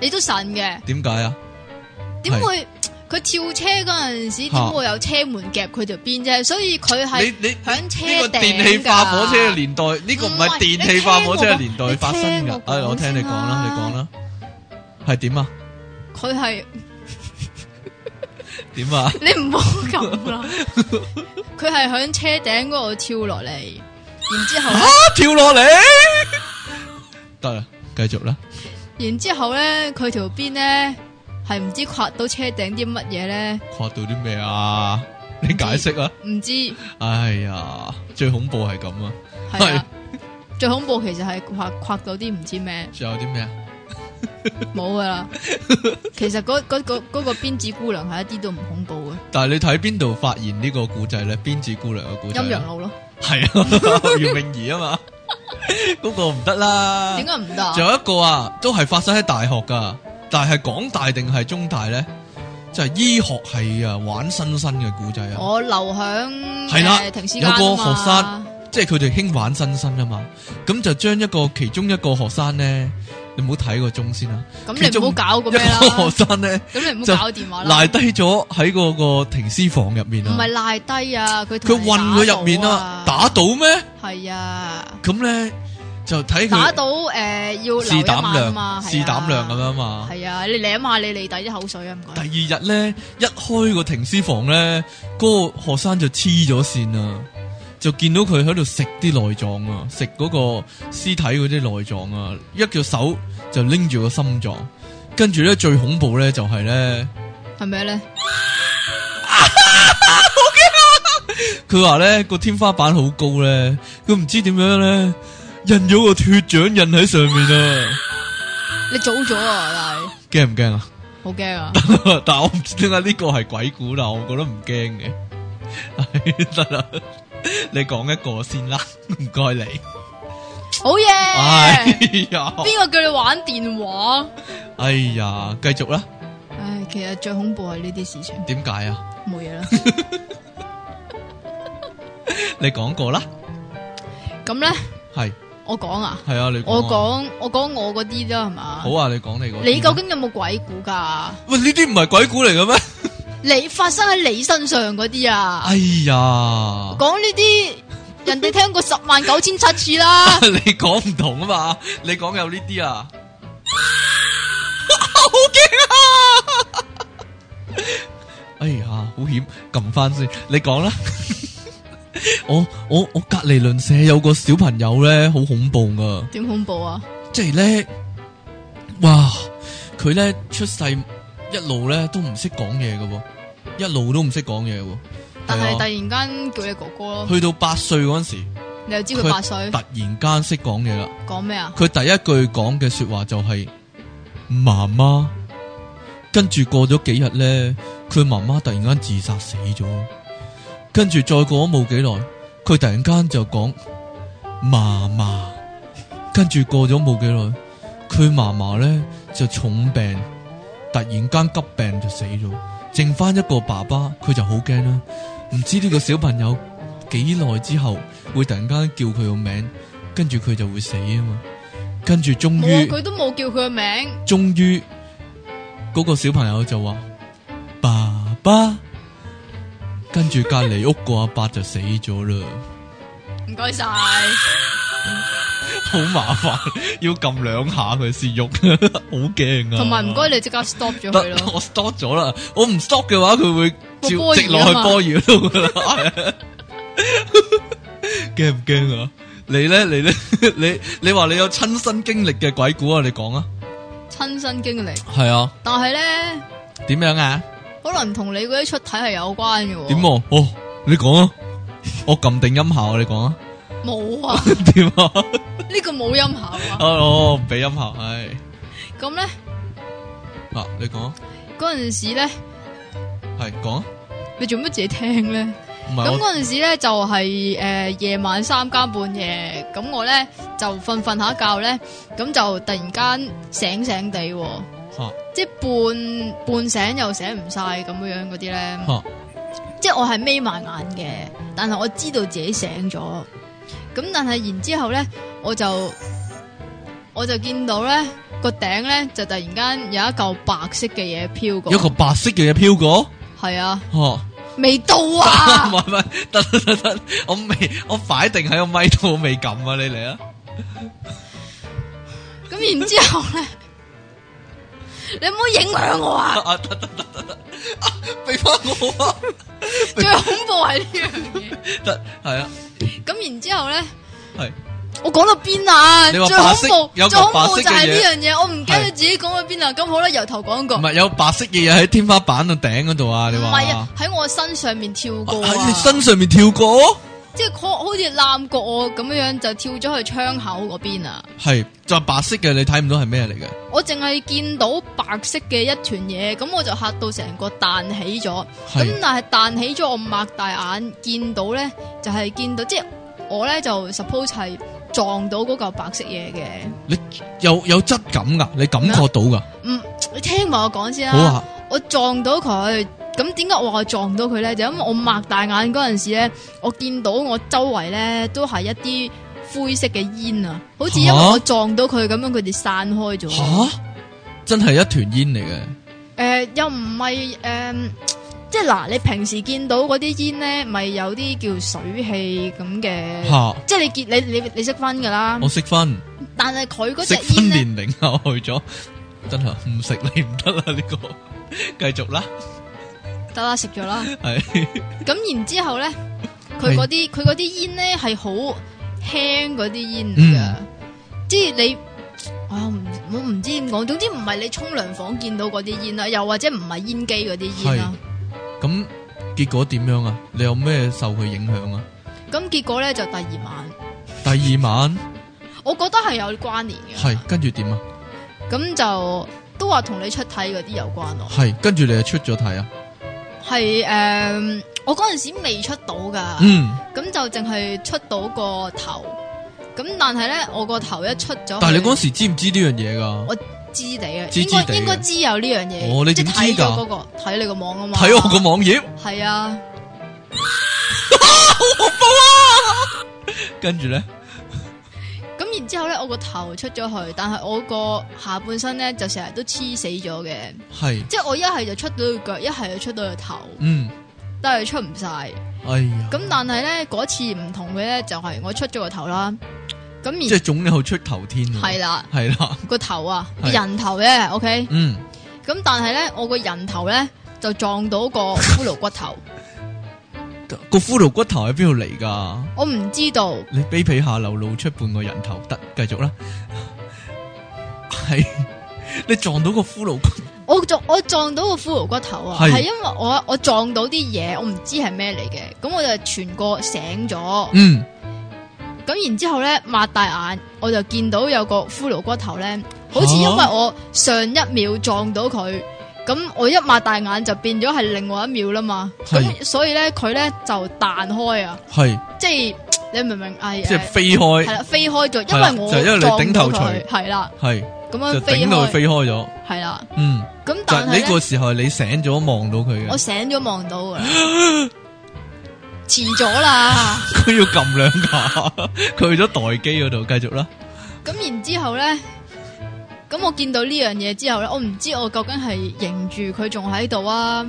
S1: 你都神嘅。
S2: 点解啊？
S1: 点会佢跳车嗰阵时点会有车门夹佢条边啫？所以佢
S2: 你
S1: 系
S2: 你
S1: 響車
S2: 呢个
S1: 頂
S2: 电气化火车嘅年代，呢个唔
S1: 唔係
S2: 系电气化火车嘅
S1: 你聽
S2: 年
S1: 我
S2: 代发生
S1: 你
S2: 噶
S1: 聽。我
S2: 哎，我听你
S1: 講先
S2: 讲
S1: 啦
S2: 啦，你讲啦，系点啊？
S1: 佢系
S2: 点啊？
S1: 你唔好咁啦，佢系响车顶嗰度跳落嚟，然之后
S2: 啊，跳落嚟， 得啦，继续啦。
S1: 然之后咧佢条边咧系唔知跨到车顶啲乜嘢咧，
S2: 跨到啲咩啊？ 你解釋啊！
S1: 唔知系
S2: 哎呀，最恐怖係咁啊！係
S1: 啊。最恐怖其实系跨跨到啲唔知咩
S2: 仲有啲咩啊？
S1: 冇噶啦，其实嗰嗰嗰嗰个辮子姑娘系一啲都唔恐怖嘅，
S2: 但係你睇邊度發現呢個故仔咧？邊子姑娘嘅故
S1: 陰
S2: 仔呢？
S1: 陽路咯，
S2: 係啊， 袁詠儀啊嘛，嗰個唔得啦。
S1: 點解唔得啊？
S2: 仲有一個啊，都係發生喺大學噶，但係港大定係中大咧？就係醫學系啊，玩新生嘅故仔啊。
S1: 我留響
S2: 係啦
S1: 誒停屍間
S2: 有個
S1: 啊
S2: 學
S1: 嘛
S2: 生即係佢哋興玩新生啊嘛，咁就將一個其中一個學生咧，你唔好睇個鐘先啦。啊
S1: 咁你唔好搞
S2: 一
S1: 個
S2: 個
S1: 咩啦，
S2: 學生咧
S1: 咁你唔
S2: 就
S1: 好搞電話啦
S2: 賴，低咗喺嗰個停屍房入面
S1: 唔係
S2: 啊，
S1: 賴低啊，佢
S2: 佢
S1: 同你
S2: 混佢入面啊，打到咩？
S1: 係啊，
S2: 咁咧就睇
S1: 打
S2: 佢
S1: 到誒要留
S2: 試
S1: 一晚
S2: 膽
S1: 啊
S2: 量
S1: 嘛，，
S2: 試膽量咁
S1: 樣，
S2: 樣嘛。
S1: 係啊，你舐下你脷底啲口水啊，唔該，
S2: 第二日咧，一開個停屍房咧，嗰、個學生就黐咗線啊，就見到佢喺度食啲內臟啊，食嗰個屍體嗰啲內臟啊，一隻手就拎住個心臟，跟住咧最恐怖咧就係咧，
S1: 係咪咧？
S2: 佢話咧個天花板好高咧，佢唔知點樣咧印咗個血掌印喺上面啊，
S1: 你早咗啊，
S2: 驚唔驚啊？
S1: 但係好驚啊！
S2: 但我唔知點解呢個係鬼故啦，我覺得唔驚嘅。 係得啦，你講一個先啦， 唔該你。
S1: 好
S2: 哎
S1: 嘢，
S2: 呀，
S1: 邊個叫你玩電話？
S2: 哎呀，繼續啦。
S1: 唉，其實最恐怖係呢啲事情，
S2: 點解啊？
S1: 冇嘢啦。
S2: 你講過啦，
S1: 咁咧，
S2: 係
S1: 我講啊，
S2: 係啊，你
S1: 我
S2: 講啊
S1: 講我講我嗰啲啫係嘛？
S2: 好啊，你講你嗰啲啦。
S1: 你究竟有冇鬼故噶？
S2: 喂呢啲唔係鬼故嚟嘅咩？
S1: 你發生喺你身上嗰啲啊？
S2: 哎呀，
S1: 講呢啲人哋聽過十萬九千七次啦，
S2: 你講唔同啊嘛，你講有呢啲啊， 好驚啊！ 哎呀，好險，撳翻先，你講啦。 我我我隔離鄰舍有個小朋友咧，好恐怖噶，
S1: 點恐怖啊？
S2: 即係咧，哇！佢咧出世一路咧都唔識講嘢嘅喎，一路都唔識講嘢嘅喎。
S1: 但係
S2: 係啊
S1: 突然間叫你哥哥咯，
S2: 去到八歲嗰陣時，
S1: 你又知佢八歲
S2: 突然間識講嘢啦。
S1: 講咩啊？
S2: 佢第一句講嘅说話就係媽媽，跟住過咗幾日咧，佢媽媽突然間自殺死咗，跟住再過咗冇幾耐，佢突然間就講媽媽，跟住過咗冇幾耐，佢翠嫲嫲咧就重病，突然間急病就死咗，剩翻一個爸爸，佢就好驚啦。唔知呢個小朋友幾耐之後會突然間叫佢個名，跟住佢就會死啊嘛。跟住終
S1: 冇啊，
S2: 於，
S1: 佢都冇叫佢個名，
S2: 終於嗰個小朋友就話：爸爸。跟住隔離屋個阿伯就死咗啦，
S1: 唔該晒。
S2: 啊好麻煩，要撳兩下佢先喐， 好驚啊！
S1: 同埋唔該你即刻 stop 咗佢
S2: 得
S1: 咯。
S2: 我 stop 咗啦，我唔 stop 嘅話，佢會
S1: 個
S2: 照
S1: 波
S2: 直
S1: 兒
S2: 落去
S1: 啊嘛
S2: 波魚度噶啦。係啊 驚唔驚啊？你咧，你咧， 你你話你有親身經歷嘅鬼故啊？你講啊？
S1: 親身經歷，
S2: 係啊？
S1: 但係咧
S2: 點樣啊？
S1: 可能同你嗰啲出體係有關嘅喎。
S2: 點啊？哦，你講啊！我撳定音效啊！ 你講啊？
S1: 冇啊，
S2: 點啊？
S1: 呢個冇音效啊。
S2: 哦，唔俾音效，唉，
S1: 咁咧
S2: 嗱，你講啊，
S1: 嗰陣時咧，
S2: 係講啊，
S1: 你做乜自己聽咧？
S2: 唔
S1: 咁
S2: 係我
S1: 嗰陣時咧就係、呃夜晚三更半夜，咁我咧就瞓瞓下覺咧，咁就突然間醒醒地喎，
S2: 嚇
S1: 即係半半醒又醒唔晒咁樣樣嗰啲咧，
S2: 嚇
S1: 即係我係眯埋眼嘅，但係我知道自己醒咗，咁但係然之後咧我就我就見到咧個頂咧就突然間有一嚿白色嘅嘢飄過
S2: 有，一個白色嘅嘢飄過，
S1: 係啊，
S2: 嚇。
S1: 未到
S2: 唔
S1: 啊，
S2: 係唔係，得得得得，我未我擺定喺個咪度，我未撳啊！你嚟啊！
S1: 咁然之後 咧。你唔好影響我啊！
S2: 啊得得得得得，啊俾翻我啊！
S1: 最恐怖係呢樣
S2: 得係啊
S1: 嘢。咁然之後咧，
S2: 係
S1: 我講到邊啊？
S2: 你話
S1: 最
S2: 白色
S1: 恐
S2: 有
S1: 怖，
S2: 個
S1: 最恐
S2: 白
S1: 怖
S2: 色嘅
S1: 就係呢樣嘢。我唔記得
S2: 係
S1: 自己講到邊啊。咁好啦，由頭講過。
S2: 唔
S1: 唔
S2: 係有白色嘅嘢喺天花板度頂嗰度啊？你話
S1: 係啊，喺我身上面跳
S2: 啊
S1: 過啊
S2: 喺你身上面跳過，
S1: 即係好好似攬過我咁樣樣，就跳咗去窗口嗰邊啊！
S2: 係就係白色嘅，你睇唔到係咩嚟嘅？
S1: 我淨係見到白色嘅一團嘢，咁我就嚇到成個彈起咗。咁
S2: 係啊
S1: 但係彈起咗，我擘大眼見到咧，就係、見到即係我咧就 suppose 係撞到嗰嚿白色嘢嘅。
S2: 你有有質感噶，你感覺到噶，
S1: 嗯，你聽埋我講先啦。
S2: 好啊！
S1: 我撞到佢，咁點解我話我撞到佢咧？就因為我擘大眼嗰陣時咧，我見到我周圍咧都係一啲灰色嘅煙啊，好似因為
S2: 吓
S1: 我撞到佢咁樣，佢哋散開咗。
S2: 吓真係一團煙嚟嘅，
S1: 诶、又唔係诶，即係嗱，你平時見到嗰啲煙咧，咪有啲叫水氣咁嘅，
S2: 吓
S1: 即係你見你你你识分噶啦。
S2: 我識分。
S1: 但係佢嗰
S2: 食
S1: 隻
S2: 分
S1: 煙咧，
S2: 年齡啊，我去咗，真係唔食你唔得啦呢個，繼續啦，
S1: 得啦，食咗 啦。
S2: 係
S1: 咁然之後咧，佢嗰啲佢嗰啲煙咧係好輕嗰啲煙嚟嘅，
S2: 嗯
S1: 即係你，我又唔我唔知點講，總之唔係你沖涼房見到嗰啲煙啦，又或者唔係煙機嗰啲煙啦。
S2: 咁結果點樣啊？你有咩受佢影響啊？
S1: 咁結果咧就第二晚，
S2: 第二晚
S1: 我覺得係有關聯嘅
S2: 係。跟住點啊？
S1: 咁就都話同你出體嗰啲有關咯。
S2: 係跟住你就出咗題啊？
S1: 係誒、我嗰陣時未出到㗎。
S2: 嗯，
S1: 咁就淨係出到個頭。咁但係咧，我個頭一出咗去，
S2: 但係你嗰時知唔知呢樣嘢
S1: 我
S2: 㗎？
S1: 知地啊，
S2: 知
S1: 應
S2: 知
S1: 該
S2: 地嘅
S1: 應該知有呢樣嘢。
S2: 哦你
S1: 即係
S2: 點知㗎
S1: 睇咗嗰個睇你個網啊嘛。
S2: 睇我個網頁，
S1: 個係啊，
S2: 跟住咧
S1: 咁然之後咧，我個頭出咗去，但係我個下半身咧就成日都黐死咗嘅，
S2: 係
S1: 即係我一係就出到個腳，一係就出到個頭，
S2: 嗯，
S1: 但係出唔晒。
S2: 哎呀，
S1: 咁但係咧嗰次唔同嘅咧，就係我出咗個頭啦。咁
S2: 即係
S1: 然
S2: 總有出頭天啊！
S1: 係啦，
S2: 係啦，
S1: 個頭啊，
S2: 係
S1: 人頭咧，OK。
S2: 嗯，
S1: 咁但係咧，我個人頭咧就撞到個骷髏骨 頭，
S2: 個骷髏骨頭喺邊度嚟㗎？
S1: 我唔知道。
S2: 你卑鄙下流露出半個人頭，得繼續啦。係你撞到個骷髏骨，
S1: 我撞我撞到個骷髏骨頭啊，
S2: 係
S1: 係因為我我撞到啲嘢，我唔知係咩嚟嘅，咁我就全個醒咗，咁、
S2: 嗯，
S1: 然之後咧擘大眼，我就見到有個骷髏骨頭咧，好似
S2: 嚇
S1: 因為我上一秒撞到佢，咁我一擘大眼就變咗係另外一秒啦嘛，
S2: 係
S1: 咁所以咧佢咧就彈開啊，
S2: 係
S1: 即係你明唔明？係哎
S2: 即係
S1: 誒
S2: 飛
S1: 係
S2: 開，
S1: 啦，飛開咗，
S2: 係啦
S1: 因為我
S2: 就因為你
S1: 撞
S2: 頂
S1: 到
S2: 頭
S1: 佢，
S2: 鎚
S1: 係啦，
S2: 係
S1: 咁樣
S2: 就
S1: 飛
S2: 頂到佢
S1: 開，
S2: 飛開咗。
S1: 係啦。
S2: 嗯，
S1: 咁
S2: 就
S1: 但係
S2: 呢個啊
S1: 咧，
S2: 時候係你醒咗望到佢
S1: 我
S2: 嘅，
S1: 醒咗望到噶啦， 遲咗啦。
S2: 佢要撳兩下， 佢去咗待機嗰度，繼續啦。
S1: 咁然之后咧，咁我見到呢樣嘢之後咧，我唔知我究竟係迎住佢仲喺度啊，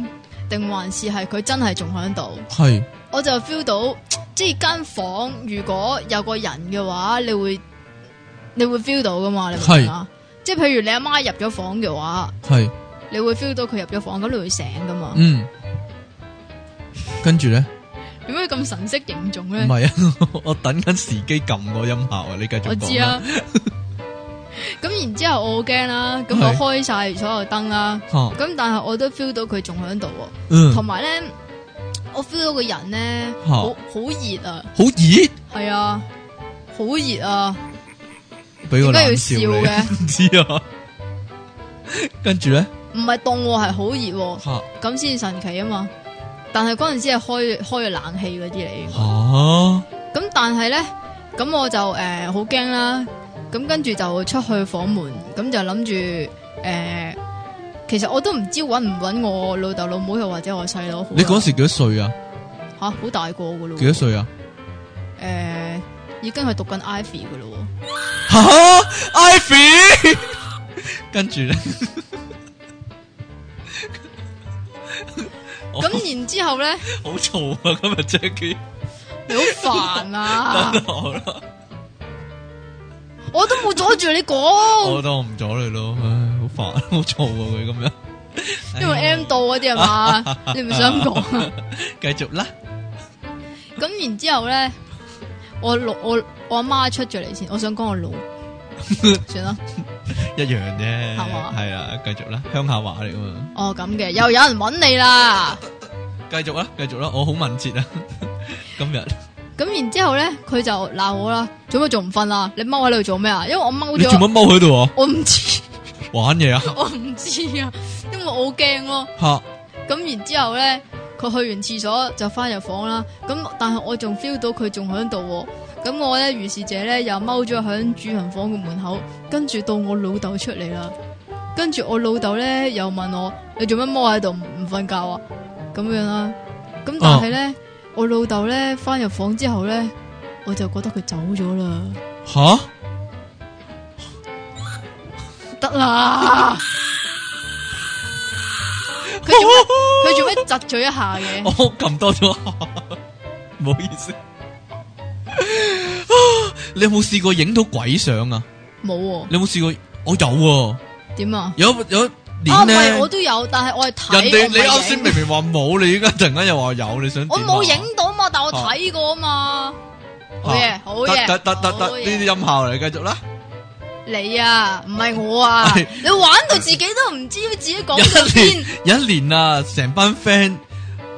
S1: 定還是係佢真係仲喺度？
S2: 係
S1: 我就 feel 到，即係間房如果有個人嘅話，你會你會 feel 到噶嘛？你明唔明啊？即係譬如你阿媽入咗房嘅話，
S2: 係，
S1: 你會 feel 到佢入咗房，咁你會醒噶嘛？
S2: 嗯，跟住咧，
S1: 點解咁神色凝重
S2: 唔
S1: 咧？
S2: 係啊， 我等緊時機撳個音效啊，你繼續
S1: 我
S2: 講
S1: 知
S2: 啦
S1: 啊。咁然之後我好驚啦，咁
S2: 係
S1: 我開晒所有燈啦，
S2: 吓，
S1: 咁但係我都 feel 到佢仲喺度喎。
S2: 嗯，
S1: 同埋咧，我 feel 到個人咧，
S2: 嚇
S1: 好好熱啊，
S2: 好熱。
S1: 係啊，好熱啊，
S2: 俾個
S1: 點解
S2: 冷
S1: 要
S2: 笑
S1: 笑
S2: 你，
S1: 嘅
S2: 唔知啊。跟住咧，
S1: 唔係凍喎，係好熱
S2: 吓
S1: 喎，咁先神奇啊嘛。但係嗰陣時係開開咗冷氣嗰啲嚟，
S2: 吓
S1: 咁但係咧，咁我就誒好驚啦，咁跟住就出去房門，咁就諗住誒，其實我都唔知揾唔揾我老豆老母又或者我細佬好啦。
S2: 你嗰時幾多歲啊？
S1: 吓好大個噶咯喎，
S2: 幾多歲啊？
S1: 誒已經係讀緊 Ivy 噶咯喎。
S2: 吓，Ivy，跟住咧，我
S1: 咁然之後咧。
S2: 好嘈啊！今日 Jackie，
S1: 你好煩 啊！
S2: 得我啦，
S1: 我都冇阻住你講，
S2: 我當我唔阻你咯。唉，好煩，好嘈啊！佢咁樣，
S1: 因為 M 到嗰啲係 嘛，你唔想講啊？
S2: 繼續啦，
S1: 咁然之後咧，我老我我阿媽出咗嚟先，我想講我 老，算啦，
S2: 一樣
S1: 係
S2: 啫，
S1: 嘛
S2: 係啊，繼續啦，鄉下話嚟噶嘛。
S1: 哦咁嘅，又有人揾你啦。
S2: 繼續啦，繼續啦，我好敏捷 啊！今日
S1: 咁然之後咧，佢就鬧我啦，做乜仲唔瞓啊？你踎喺度做咩啊？因為我踎
S2: 你做
S1: 咗，
S2: 乜踎喺度啊？
S1: 我唔知，
S2: 玩嘢啊？
S1: 我唔知啊，因為我好驚咯。
S2: 吓，
S1: 咁然之後咧，佢去完廁所就翻入房啦。咁但係我仲 feel 到佢仲喺度喎。咁我咧，如是者咧又踎咗喺主人房嘅門口，跟住到我老豆出嚟啦。跟住我老豆咧又問我：你做乜踎喺度唔唔瞓覺啊？咁樣啦。咁但係咧，我老豆咧翻入房之後咧，我就覺得佢走咗啦，
S2: 吓，
S1: 得啦。佢做咩？佢做咩窒咗一下 嘅？
S2: 我撳多咗，唔好意 思。你有冇試過影到鬼相啊？
S1: 冇喎。
S2: 你有冇試過？我有喎，
S1: 點啊？
S2: 有有
S1: 啊，
S2: 年
S1: 唔
S2: 咧，
S1: 係，我都有，但係我係睇。
S2: 人
S1: 我
S2: 哋你
S1: 唔係
S2: 啱
S1: 影
S2: 先明明話冇，你而家突然間又話有，你想
S1: 我
S2: 點啊
S1: 冇影到嘛，但我睇過啊嘛。好嘢，好嘢，
S2: 得得得得
S1: 好
S2: 得，呢啲
S1: 嘢
S2: 音效嚟，繼續啦。
S1: 你啊，唔係我啊
S2: 係，
S1: 你玩到自己都唔知自己講到
S2: 一年
S1: 邊。
S2: 有一年啊，成班 friend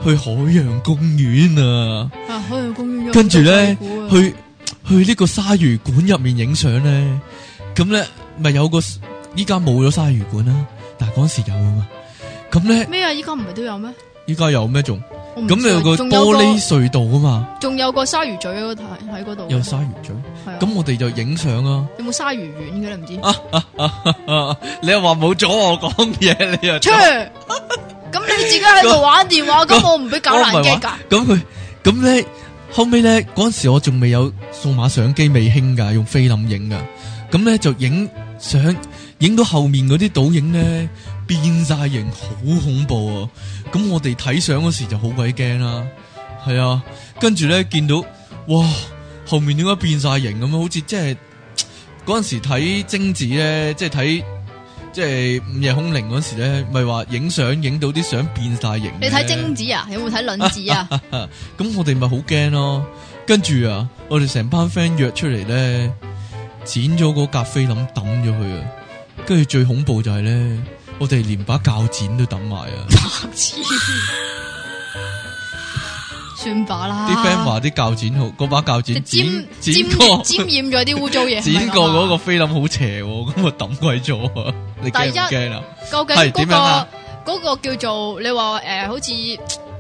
S2: 去海洋公園啊。
S1: 啊，海洋公園有
S2: 跟住咧
S1: 好多鬼故啊
S2: 去去呢個鯊魚館入面影相咧，咁咧咪有個依家冇咗鯊魚館啦，但係嗰陣時有啊嘛。咁咧
S1: 咩啊？依家唔係都有咩？
S2: 依家有咩仲？
S1: 我唔知啊
S2: 咁有個
S1: 仲有
S2: 玻璃隧道啊嘛，
S1: 個仲有個鯊魚嘴嗰度喺喺嗰度。啊
S2: 有鯊魚嘴。
S1: 係啊
S2: 咁我啊哋就影相啊！
S1: 有冇鯊魚丸嘅你唔知？
S2: 你又話冇阻我講嘢，你又
S1: 切，咁你自己喺度玩電 話，咁我唔俾搞
S2: 我唔
S1: 爛機
S2: 係
S1: 㗎
S2: 話。咁佢咁咧，後尾咧嗰陣時我仲未有數碼相機未興噶，用菲林影噶。咁咧就影相，影到後面嗰啲倒影咧變晒形，好恐怖啊！咁我哋睇相嗰時就好鬼驚啦，係啊。跟住咧見到哇，後面點解變晒形咁樣？好似即係嗰陣時睇貞子咧，即係睇。即係午夜空靈嗰時咧，咪話影相影到啲相變晒形嘅。
S1: 你睇精子啊？有冇睇卵子啊？
S2: 咁我哋咪好驚咯。跟住啊，我哋成班 friend 約出嚟咧，剪咗嗰格菲林抌咗佢啊。跟住最恐怖就係咧，我哋連把鉸剪都抌 埋啊！
S1: 白痴，算吧啦。
S2: 啲 friend 話啲鉸剪好，嗰把
S1: 就
S2: 鉸剪
S1: 沾
S2: 剪
S1: 沾
S2: 剪過
S1: 沾染咗啲污糟嘢。
S2: 剪過
S1: 過
S2: 嗰個菲林好邪喎，咁我抌鬼咗啊！你驚唔
S1: 第一
S2: 驚啊？
S1: 究竟
S2: 係
S1: 嗰
S2: 點樣啊
S1: 呃個嗰個叫做你話誒，好似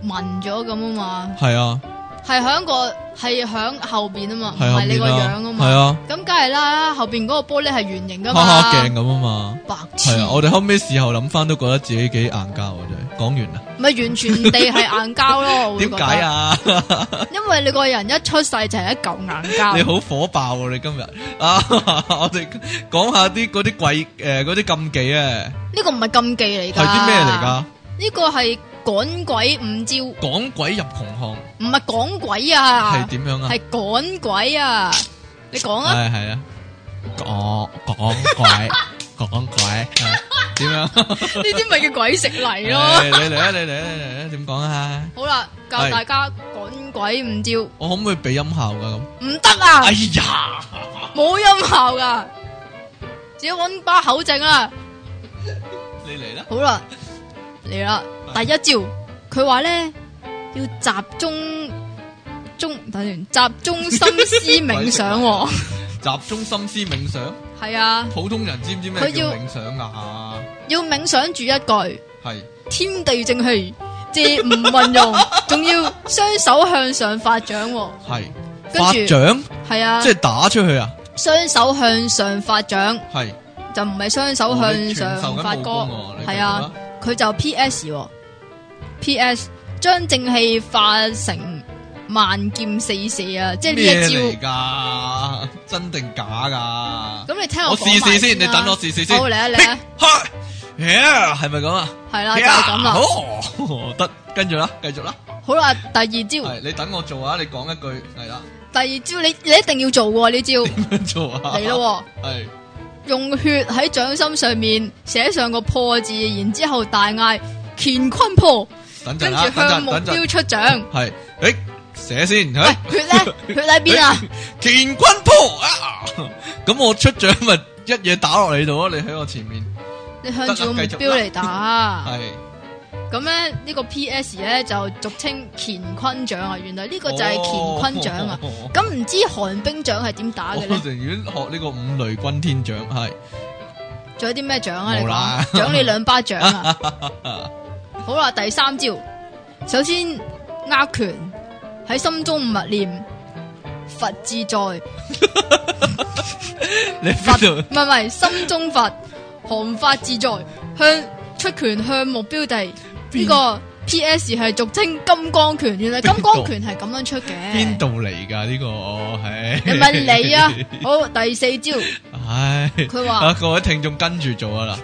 S1: 紋咗咁啊嘛。
S2: 係啊，
S1: 系响个系响后边啊嘛，
S2: 系
S1: 唔
S2: 啊，
S1: 系你个样啊
S2: 系
S1: 嘛。
S2: 啊，
S1: 咁梗系啦，后边嗰個玻璃係圓形噶
S2: 哈哈
S1: 嘛，
S2: 镜咁 啊嘛，
S1: 白痴
S2: 系，啊，我哋后尾事後諗翻都覺得自己幾硬胶啊，真係。講完啦，
S1: 咪完全地係硬膠 咯。我會
S2: 點
S1: 覺得
S2: 解？啊？
S1: 因為你個人一出世就係一嚿硬膠。
S2: 你好火爆啊！你今日啊，我哋講下啲嗰啲貴诶嗰啲禁忌啊，
S1: 呢個唔係禁忌嚟㗎。
S2: 係啲咩嚟？㗎？
S1: 呢個係趕鬼五招，
S2: 趕鬼入窮巷
S1: 唔係趕鬼啊，
S2: 係點樣啊？
S1: 係趕鬼啊！你講啊，
S2: 系系啊，講講鬼，講鬼，係點樣？
S1: 呢啲咪叫鬼食泥咯。
S2: 唉你嚟啊！你嚟啊！你嚟啊！點講啊？
S1: 好啦，教
S2: 係
S1: 大家趕鬼五招，
S2: 我可唔可以俾音效㗎咁？
S1: 唔得啊
S2: 哎，呀！
S1: 冇音效㗎，自己搵把口證啦。
S2: 你嚟啦，
S1: 好啦，嚟啦，第一招，佢話咧要集中中等陣集中心思冥想、喎，
S2: 集中心思冥想。
S1: 係啊，
S2: 普通人知唔知咩
S1: 佢
S2: 叫
S1: 要
S2: 冥想啊？
S1: 要冥想住一句，
S2: 係
S1: 天地正氣，借唔運 用，仲要雙手向上發掌、喎，
S2: 係
S1: 跟
S2: 發
S1: 住
S2: 掌，
S1: 係啊
S2: 即，係打出去啊！
S1: 雙手向上發掌
S2: 係
S1: 就唔係雙手
S2: 哦你
S1: 向
S2: 傳授
S1: 上
S2: 緊
S1: 發
S2: 武
S1: 歌
S2: 功喎，哦你繼
S1: 係
S2: 續
S1: 啊
S2: 啦。
S1: 佢就 P.S. 喎 P.S. 將正氣化成萬劍四射啊！即係呢
S2: 咩
S1: 一
S2: 嚟㗎？真定假㗎？
S1: 招。咁你聽
S2: 我
S1: 我
S2: 試試先，
S1: 先
S2: 你等我試試先。
S1: 好嚟啊嚟 啊，
S2: 哈，yeah，係咪咁啊？
S1: 係啦就係咁啦。
S2: 好，得，跟住啦，繼續啦。
S1: 好啦，第二招，
S2: 係你等我做啊，你講一句係啦，
S1: 第二招你你一定要做喎呢招
S2: 點樣做啊？
S1: 嚟，咯
S2: 係
S1: 喎！用血喺掌心上面寫上個破字，然之後大嗌乾坤破，
S2: 等陣
S1: 跟
S2: 啦，
S1: 住
S2: 等
S1: 向目
S2: 陣，等
S1: 標
S2: 陣，
S1: 出掌。
S2: 係，誒，寫先，
S1: 喂
S2: 係。，
S1: 血 咧，血喺邊啊？
S2: 乾坤鋪啊！ 咁我出掌咪一嘢打落你度咯，你喺我前面
S1: 你向住個目
S2: 得啦繼續
S1: 標
S2: 啦
S1: 嚟打。
S2: 係
S1: 咁咧呢、呢個 P.S. 咧就俗稱乾坤掌啊，原來呢個就係乾坤掌啊。
S2: 哦哦哦
S1: 咁唔知寒冰掌係點打
S2: 我
S1: 嘅咧？
S2: 寧願學呢個五雷轟天掌係
S1: 仲有啲咩掌啊？你
S2: 冇啦
S1: 講獎你兩巴掌 啊！好啦，第三招，首先握拳喺心中默念佛自在，佛
S2: 你邊度？
S1: 唔係唔係心中佛，行法自在，向出拳向目標地呢、個 P.S. 係俗稱金剛拳，原來金剛拳係咁樣出嘅。
S2: 邊度嚟㗎？呢個哦係
S1: 你咪你 啊！好，第四招，
S2: 唉，
S1: 佢話
S2: 啊各位聽眾跟住做啊啦，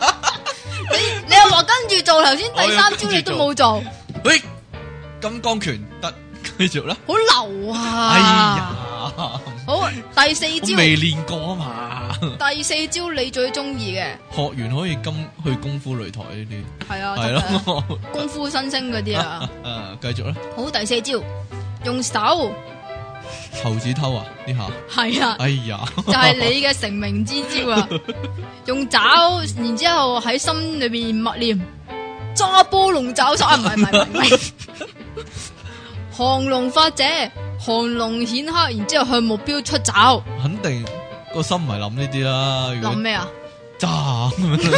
S1: 你又話跟住做，頭先第三招你都冇做，
S2: 喂，金剛拳得，繼續啦。
S1: 好流啊！
S2: 哎呀，我
S1: 好，第四招，
S2: 未練過啊嘛，
S1: 第四招你最中意嘅
S2: 學完可以金去功夫擂台呢啲。
S1: 係啊，
S2: 系
S1: 得嘅
S2: 咯，
S1: 功夫新星嗰啲 啊。
S2: 诶，继续啦，
S1: 好，第四招，用手
S2: 猴子偷啊呢下，
S1: 係啊，
S2: 哎呀，
S1: 就係你嘅成名之招 啊！用爪，然之后喺心裏边默念揸波龍爪手啊，唔係唔係唔係唔 係，降龍法者，降龍顯黑，然之后向目標出爪，
S2: 肯定個心唔係諗呢啲啦，如
S1: 諗
S2: 果
S1: 咩啊？
S2: 炸咁樣，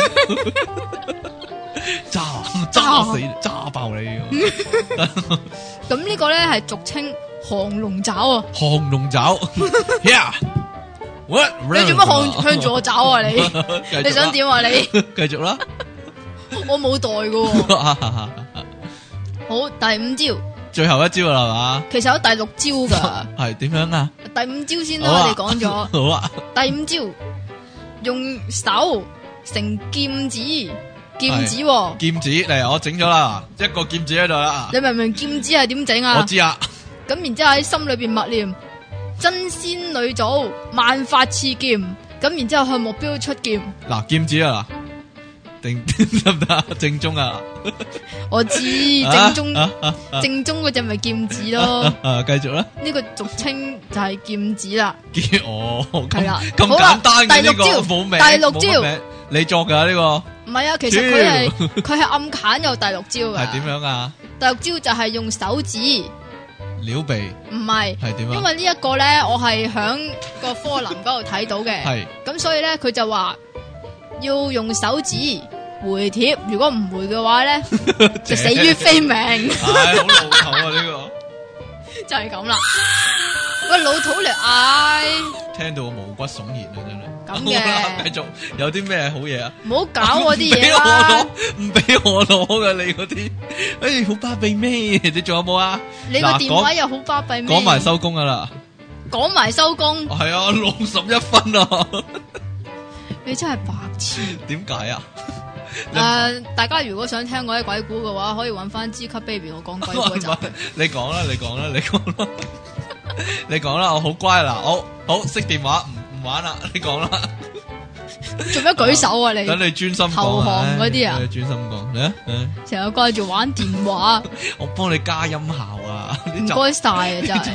S2: 炸炸死你炸爆你喎，
S1: 咁呢個咧係俗稱降龍爪啊！
S2: 降龍爪 ，yeah。What？
S1: 你做乜向向住我爪啊 你？
S2: 你
S1: 你想？點啊你？
S2: 繼續 啦，
S1: 我冇袋噶喎。好，第五招，
S2: 最後一招啦，
S1: 其實有第六招
S2: 係
S1: 噶
S2: 嘛，？係點樣啊？
S1: 第五招先啦，
S2: 好啊
S1: 我哋講 咗。
S2: 好啊，
S1: 第五招，用手成劍指，劍指喎，
S2: 劍指嚟，我整咗啦，一個劍指喺度啦，
S1: 你明唔明劍指係點整
S2: 我
S1: 啊？
S2: 知啊。
S1: 咁然之后喺心裏边默念真仙女組萬法刺劍，咁然之后向目標出劍。
S2: 嗱，劍指啊， 定得唔得啊？正宗啊，
S1: 我知正宗
S2: 啊啊
S1: 正宗嗰只咪劍指咯，
S2: 啊，繼續啦，
S1: 呢個俗稱就係劍指啦。
S2: 劍哦，咁
S1: 係啦
S2: 咁
S1: 好啦
S2: 簡單嘅
S1: 第六
S2: 呢個
S1: 招
S2: 冇名，
S1: 第六
S2: 冇乜
S1: 招
S2: 名，你作㗎呢
S1: 唔
S2: 個
S1: 係啊，其實佢係佢係暗砍有第六招㗎。
S2: 係點樣啊？
S1: 第六招就係用手指，
S2: 撩鼻
S1: 唔係，
S2: 係點
S1: 因
S2: 啊？
S1: 為呢一個咧，我係響個科林嗰度睇到嘅，
S2: 係
S1: 咁所以咧佢就話要用手指回
S2: Dạ.
S1: 帖，如果唔回嘅話咧就死於非命。
S2: 唉，好老頭啊呢
S1: 就係咁啦。喂，老土嚟唉，
S2: 听到毛骨悚然啊，真
S1: 咁
S2: 系。
S1: 嘅
S2: 好啦，继续有啲咩好嘢啊？
S1: 唔好搞我啲
S2: 唔俾
S1: 嘢
S2: 我
S1: 啦
S2: 攞。，唔俾我攞噶你嗰啲，哎，好巴闭咩？你仲有冇啊？
S1: 你個
S2: 嗱
S1: 電話又好巴閉咩？
S2: 講埋收工噶啦，
S1: 講埋收工，
S2: 系啊，六十一分啊，
S1: 你真係白痴。
S2: 点解啊？
S1: 诶、大家如果想聽我啲鬼故嘅話，可以揾翻 G 級 baby 我講鬼故嗰集。
S2: 你講啦，你講啦，你講啦，你講啦，我好乖啦，好好熄電話，唔唔玩啦，你講啦，
S1: 做咩舉手啊你？
S2: 等你專心講
S1: 投
S2: 啊
S1: 降嗰啲啊
S2: 唉你專心講，嚟啊，嚟啊
S1: 成日掛住玩電話，
S2: 我幫你加音效啊，
S1: 唔
S2: 呢集
S1: 該晒啊真
S2: 呢集
S1: 係。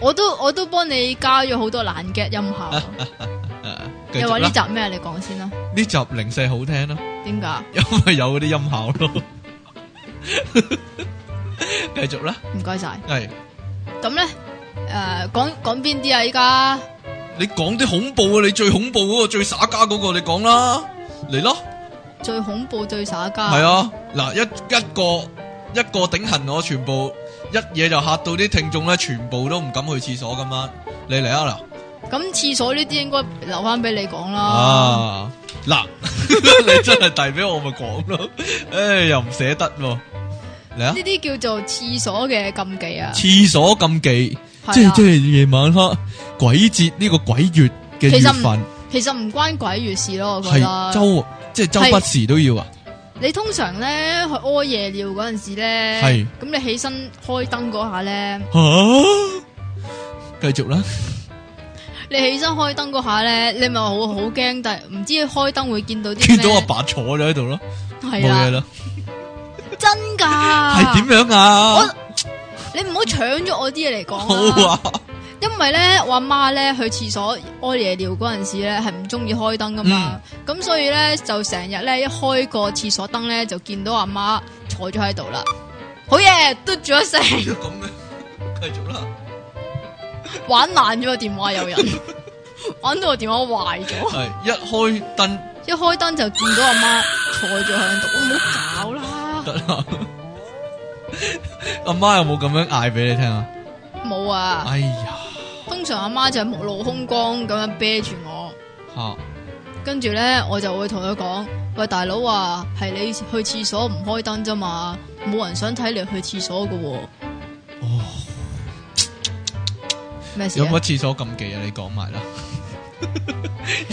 S1: 我都我都幫你加咗好多爛 get 音效。啊
S2: 誒啊繼
S1: 你話
S2: 續
S1: 呢
S2: 啦，
S1: 集咩？啊你講先啦。
S2: 呢集零四好聽咯，
S1: 點解？
S2: 因為有嗰啲音效咯， 繼續啦，
S1: 唔該晒。
S2: 係
S1: 咁咧，诶、講講邊啲啊？依家
S2: 你講啲恐怖啊，你最恐怖嗰個最耍家嗰個，你講啦，嚟咯。
S1: 最恐怖最耍家。
S2: 系啊，嗱一一个一个顶痕我，全部一嘢就吓到啲听众咧，全部都唔敢去厕所咁晚。你嚟啊
S1: 咁廁所呢啲應該留翻俾你講
S2: 嗱，
S1: 啦。
S2: 啊嗱， 你真系遞俾我咪講咯，唉又唔捨得喎。嚟啊
S1: 呢！啲、叫做廁所嘅禁忌啊。
S2: 廁所禁忌，
S1: 係
S2: 即系
S1: 啊
S2: 即系夜晚黑鬼節呢個鬼月
S1: 其
S2: 嘅月
S1: 實唔
S2: 份，
S1: 其實唔關鬼月事咯，我覺
S2: 係
S1: 得。
S2: 周即係周不
S1: 係
S2: 時都要啊。
S1: 你通常咧去屙夜尿嗰陣時咧，
S2: 係
S1: 咁你起身開燈嗰下咧，
S2: 吓，繼續啦，
S1: 你起身開燈嗰下咧，你咪好好驚，但係唔知開燈會見到啲
S2: 見
S1: 咩？
S2: 到阿爸坐咗喺度咯，冇
S1: 係啊啦，
S2: 嘢啦。
S1: 真㗎。
S2: 係點樣
S1: 我
S2: 啊？
S1: 你唔好搶咗我啲嘢嚟
S2: 好
S1: 講啦。
S2: 啊。
S1: 因為咧，我阿媽咧去廁所屙夜尿嗰陣時咧，係唔中意開燈噶嘛，
S2: 嗯
S1: 咁、所以咧就成日咧一開個廁所燈咧，就見到阿媽坐咗喺度啦。好嘢，嘟咗一聲，
S2: 咁嘅，繼續啦，
S1: 玩爛咗個電話 有人，玩到個電話壞咗，
S2: 係一開燈
S1: 一開燈就見到阿媽坐咗喺度，唔好搞啦，
S2: 得啦。阿媽有冇咁樣嗌俾你聽啊？
S1: 冇啊，
S2: 哎呀，
S1: 通常阿媽就係目露空光咁樣啤住我。
S2: 吓
S1: 跟住咧，我就會同佢講：喂，大佬啊，係你去廁所唔開燈啫嘛，冇人想睇你去廁所噶喎。
S2: 哦，
S1: 咩事
S2: 有
S1: 啊
S2: 乜？廁所禁忌啊？你講埋 啦。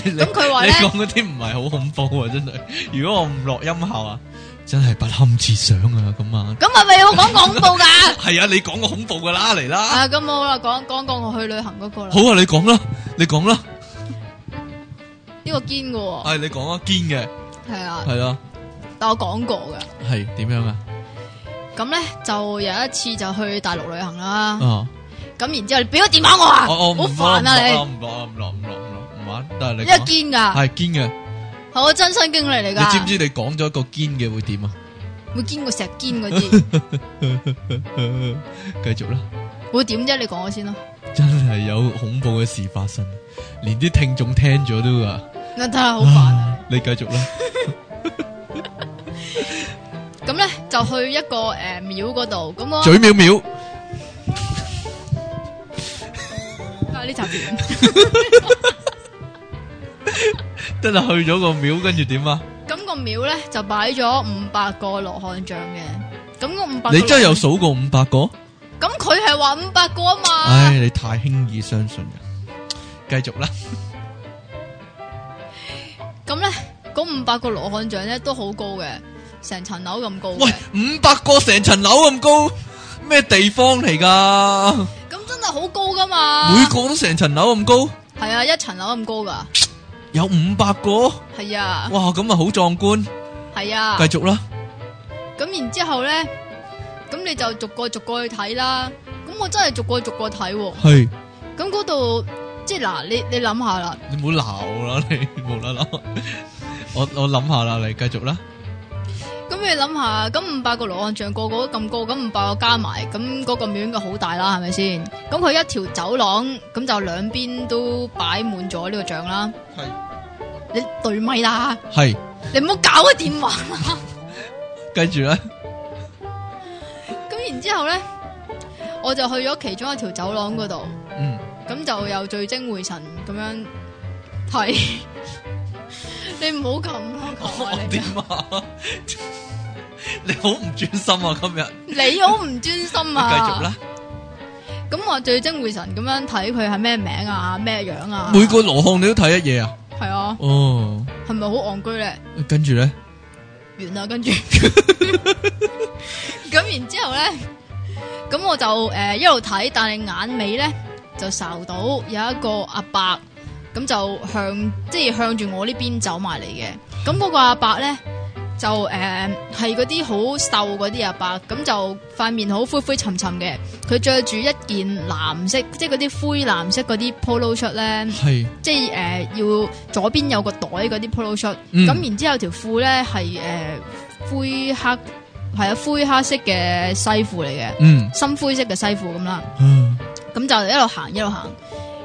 S1: 咁佢話
S2: 你
S1: 咧，
S2: 講嗰啲唔係好恐怖啊！真係，如果我唔落音效啊，真係不堪設想啊！咁啊，
S1: 咁係咪要講廣告 㗎？
S2: 係啊，你講個恐怖噶啦，嚟啦，
S1: 啊，咁好啦，講講講我去旅行嗰個啦
S2: 好，啊，你講啦，你講啦，
S1: 呢個堅噶喎，
S2: 係你講啊，堅嘅，
S1: 係啊，
S2: 係啊，
S1: 但我講過㗎。
S2: 係點樣啊？
S1: 咁咧就有一次就去大陸旅行啦，
S2: 啊！
S1: 咁然之後你俾個電話我啊，
S2: 我我
S1: 好
S2: 唔
S1: 煩啊
S2: 我
S1: 你，
S2: 唔落，我唔落，唔落，唔落，唔玩。但系
S1: 呢
S2: 你
S1: 個堅㗎，
S2: 系坚嘅，
S1: 係我真身經歷嚟
S2: 你知唔
S1: 㗎，
S2: 知你講咗一個堅嘅會點啊？
S1: 會堅過石堅嗰啲，
S2: 繼續啦，
S1: 會點啫？你講我先啦。
S2: 真係有恐怖嘅事發生，連啲聽眾聽咗都啊，
S1: 得啦，好煩啊！
S2: 你繼續啦，
S1: 咁咧就去一個诶庙嗰度，咁我
S2: 嘴秒秒，
S1: 啊呢集片
S2: 真係去咗個秒，跟住點啊？
S1: 咁個廟咧就擺咗五百個羅漢像嘅，咁個五百
S2: 你真係有數過五百個？
S1: 咁佢係話五百個啊嘛，
S2: 唉，你太輕易相信人。繼續啦，
S1: 咁咧嗰五百個羅漢像咧都好高嘅，成層樓咁高
S2: 喂
S1: 嘅，，
S2: 五百個成層樓咁高，咩地方嚟噶？
S1: 咁真係好高噶嘛，
S2: 每個都成層樓咁高，
S1: 係啊一層樓咁高噶，
S2: 有五百個。
S1: 係啊
S2: 哇，咁啊好壯觀，
S1: 係啊，
S2: 繼續啦，
S1: 咁然之後咧，咁你就逐個逐個去睇啦，咁我真係逐個逐個睇喎，
S2: 係
S1: 咁嗰度即係嗱你你諗下啦。
S2: 你唔好鬧啦，你冇啦啦，我我諗下啦，你繼續啦，
S1: 咁你諗下，咁五百個羅漢像個個都咁高，咁五百個加埋，咁嗰個廟應該好大啦，係咪先？咁佢一條走廊，咁就兩邊都擺滿咗呢個像啦。
S2: 係
S1: 你對咪啦，
S2: 係
S1: 你唔好搞個電話。
S2: 跟住咧，
S1: 咁然之後咧，我我就去咗其中一條走廊嗰度，
S2: 嗯，
S1: 咁就又聚精會神咁樣睇。 你唔好咁啦，求下
S2: 哦我
S1: 你
S2: 点啊？ 你好唔專心啊！今日，你
S1: 你好唔專心
S2: 繼
S1: 啊！
S2: 續啦。
S1: 咁我聚精會神咁樣睇佢係咩名啊，咩樣啊？
S2: 每個羅漢你都睇一嘢啊？
S1: 係啊，
S2: 哦，
S1: 係咪好戇居咧？
S2: 跟住咧，
S1: 完啦，跟住 咁然之后咧，咁我就诶、呃一路睇，但係眼尾咧就睄到有一個阿伯，咁就向即係向住我呢邊走埋嚟嘅。咁嗰個阿伯咧就诶係嗰啲好瘦嗰啲阿伯，咁就塊面好灰灰沉沉嘅，佢着住一件藍色，即係嗰啲灰藍色嗰啲 polo shirt 咧。
S2: 係
S1: 即係诶、呃要左邊有個袋嗰啲 polo shirt，咁、
S2: 嗯
S1: 然之后條褲咧係诶灰黑，係啊灰黑色嘅西褲嚟嘅，
S2: 嗯，
S1: 深灰色嘅西褲咁啦，
S2: 嗯
S1: 咁就一路行一路行，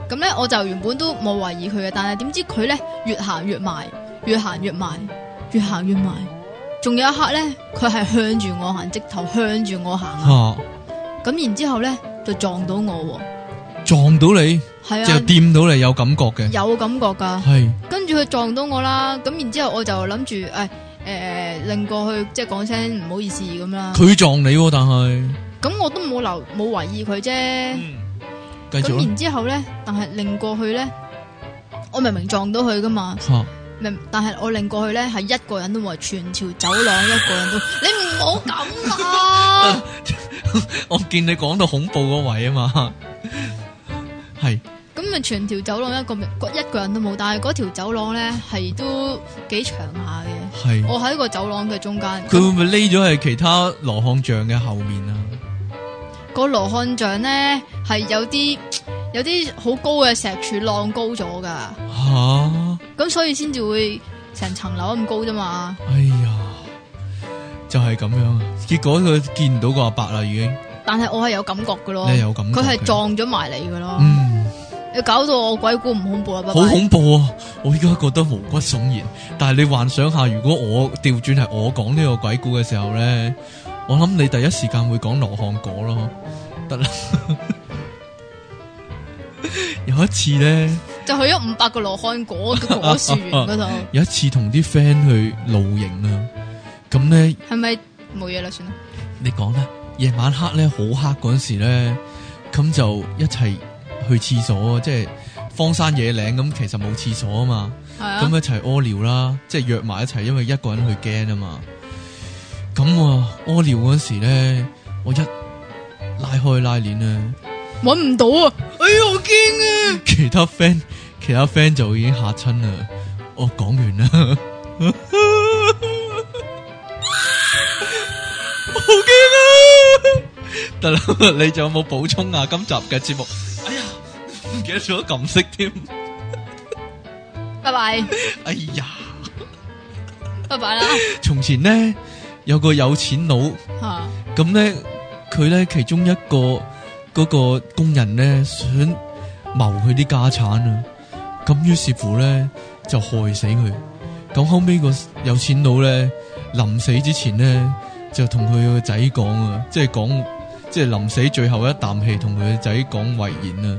S1: 咁咧我就原本都冇懷疑佢嘅，但係點知佢咧越行越埋，越行越埋，越行越埋，仲有一刻咧佢係向住我行，直頭向住我行啊，
S2: 啊，
S1: 咁然之后咧就撞到我
S2: 撞到你，
S1: 喎，係
S2: 就
S1: 啊
S2: 掂到你有感覺嘅，
S1: 有啊感覺㗎。
S2: 係
S1: 跟住佢撞到我啦，咁然之後我就諗住誒誒擰過去，即係講聲唔好意思咁啦。
S2: 佢撞你喎，但係，
S1: 咁我都冇留冇懷疑佢啫。
S2: 嗯，繼續
S1: 咁
S2: 啦，
S1: 然之後咧，但係擰過去咧，我明明撞到佢噶嘛，
S2: 嚇
S1: 明但係我擰過去咧係一個人都冇，全條走廊一個人都，你唔好咁 啦。
S2: 我見你講到恐怖嗰位啊嘛，係
S1: 咁咪全條走廊一個一個人都冇，但係嗰條走廊咧係都幾長下嘅。
S2: 係，
S1: 我喺個走廊嘅中間。
S2: 佢會唔會匿咗喺其他羅漢像嘅後面啊？
S1: 個羅漢像咧係有啲有啲好高嘅石柱浪高咗噶，
S2: 吓！
S1: 咁所以先至會成層樓咁高啫嘛。
S2: 哎呀，就系、咁样啊！结果佢见唔到个阿伯啦，已经
S1: 但係我係有感覺噶咯，
S2: 你有感覺
S1: 佢
S2: 嘅
S1: 係撞咗埋嚟噶咯，
S2: 嗯，
S1: 你搞到我鬼故唔恐哦怖啦，拜
S2: 好
S1: 拜。
S2: 恐怖啊！我而家觉得毛骨悚然。但系你幻想下，如果我调转系我讲呢个鬼故嘅时候咧，我谂你第一时间会讲罗汉果咯，得啦。 有一次咧，
S1: 就去咗五百個羅漢果嘅果樹園嗰 度，
S2: 有一次同啲 friend 去露營啊，咁咧
S1: 係咪冇嘢啦？算啦，
S2: 你講啦，夜晚黑咧好黑嗰陣時咧，咁就一齊去廁所，即係荒山野嶺咁，其實冇廁所啊嘛，
S1: 係
S2: 咁、
S1: 啊，
S2: 一齊屙尿啦，即係約埋一齊，因為一個人去驚啊嘛。咁啊，屙尿嗰陣時咧，我一拉開拉鏈啊咧，
S1: 搵唔到啊！哎呀，好驚啊！
S2: 其他 friend 其他 friend 就已經嚇親啦。我講 完啦，好驚啊！得啦，你仲有冇補充啊？今集嘅節目，哎呀，唔記得咗撳色添，
S1: 拜拜，
S2: 哎呀！
S1: 拜 拜啦
S2: 從前呢，有個有錢佬，
S1: 吓，
S2: 咁呢，佢呢其中一個嗰、個工人呢，想謀佢啲家產啊，咁於是乎呢，就害死佢。咁後尾個有錢佬咧，臨死之前咧，就同佢個仔講啊，即係講，即係臨死最後一啖氣，同佢個仔講遺言啊。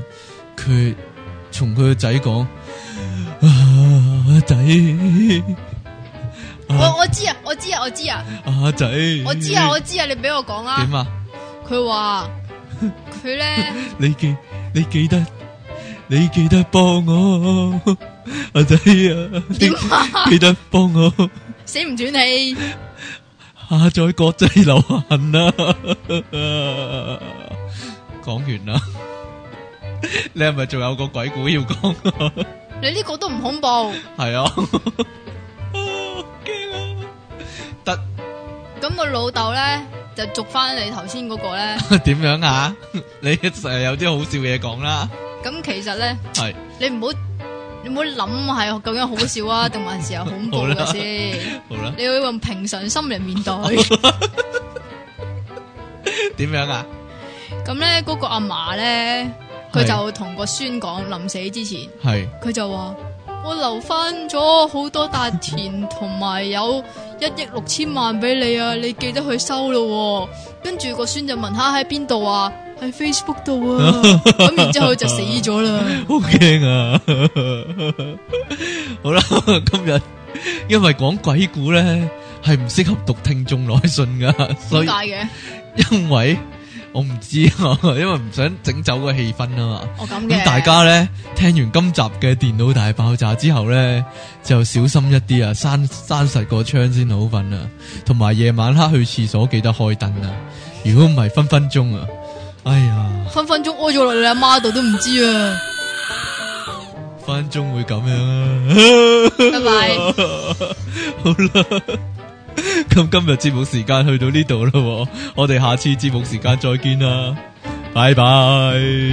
S2: 佢從佢個仔講啊，仔，啊
S1: 我我知啊，我知啊，我知啊，
S2: 啊仔，
S1: 我知啊，我知啊，你俾我講啊
S2: 點。啊？
S1: 佢 話佢咧。
S2: 你記你記得你記得幫我， 阿仔啊，
S1: 點
S2: 你記得幫我
S1: 死唔斷氣，
S2: 下載國際流行啦。 講完啦， 你係咪仲有個鬼故要講？啊
S1: 你呢個都唔恐怖，
S2: 係啊， 哦驚啊！得
S1: 咁個老豆咧就續翻你頭先嗰個咧，
S2: 點樣啊？ 你成日有啲好笑嘢講啦，
S1: 咁其實咧
S2: 係
S1: 你唔好你唔好諗係究竟好笑啊，定還是係恐怖嘅先，
S2: 好啦，
S1: 你要用平常心嚟面對。
S2: 點樣啊？
S1: 咁咧嗰個阿嫲咧，佢
S2: 係
S1: 就同個孫講臨死之前，
S2: 係
S1: 佢就話。我留翻咗好多笪田，同埋有一億六千萬俾你啊！你記得去收咯、喎。跟住個孫就問下喺邊度啊？喺 Facebook 度 啊，咁然之後佢就死咗啦。
S2: 好惊啊！ 好啦， 今日因为讲鬼故咧，系唔适合读听众来信噶，
S1: 點
S2: 所以
S1: 解嘅？
S2: 因为我唔知啊， 因为唔想整走个气氛啊嘛。
S1: 我咁
S2: 咁
S1: 嘅。
S2: 大家咧听完今集嘅电脑大爆炸之后咧，就小心一啲啊，闩闩实个窗先好瞓啊，同埋夜晚黑去厕所记得开灯啊，如果唔系分分钟啊，哎呀，
S1: 分分鐘屙咗落你阿媽度都唔知 啊！
S2: 分分钟会咁样啊。
S1: 拜拜，
S2: 好啦，咁今日节目时间去到呢度啦，我哋下次节目时间再见啦，拜拜，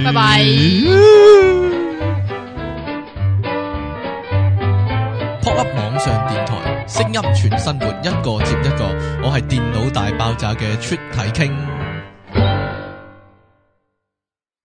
S1: 拜拜。
S2: 扑笠网上电台，声音全生活，一个接一个，我系电脑大爆炸嘅出题倾。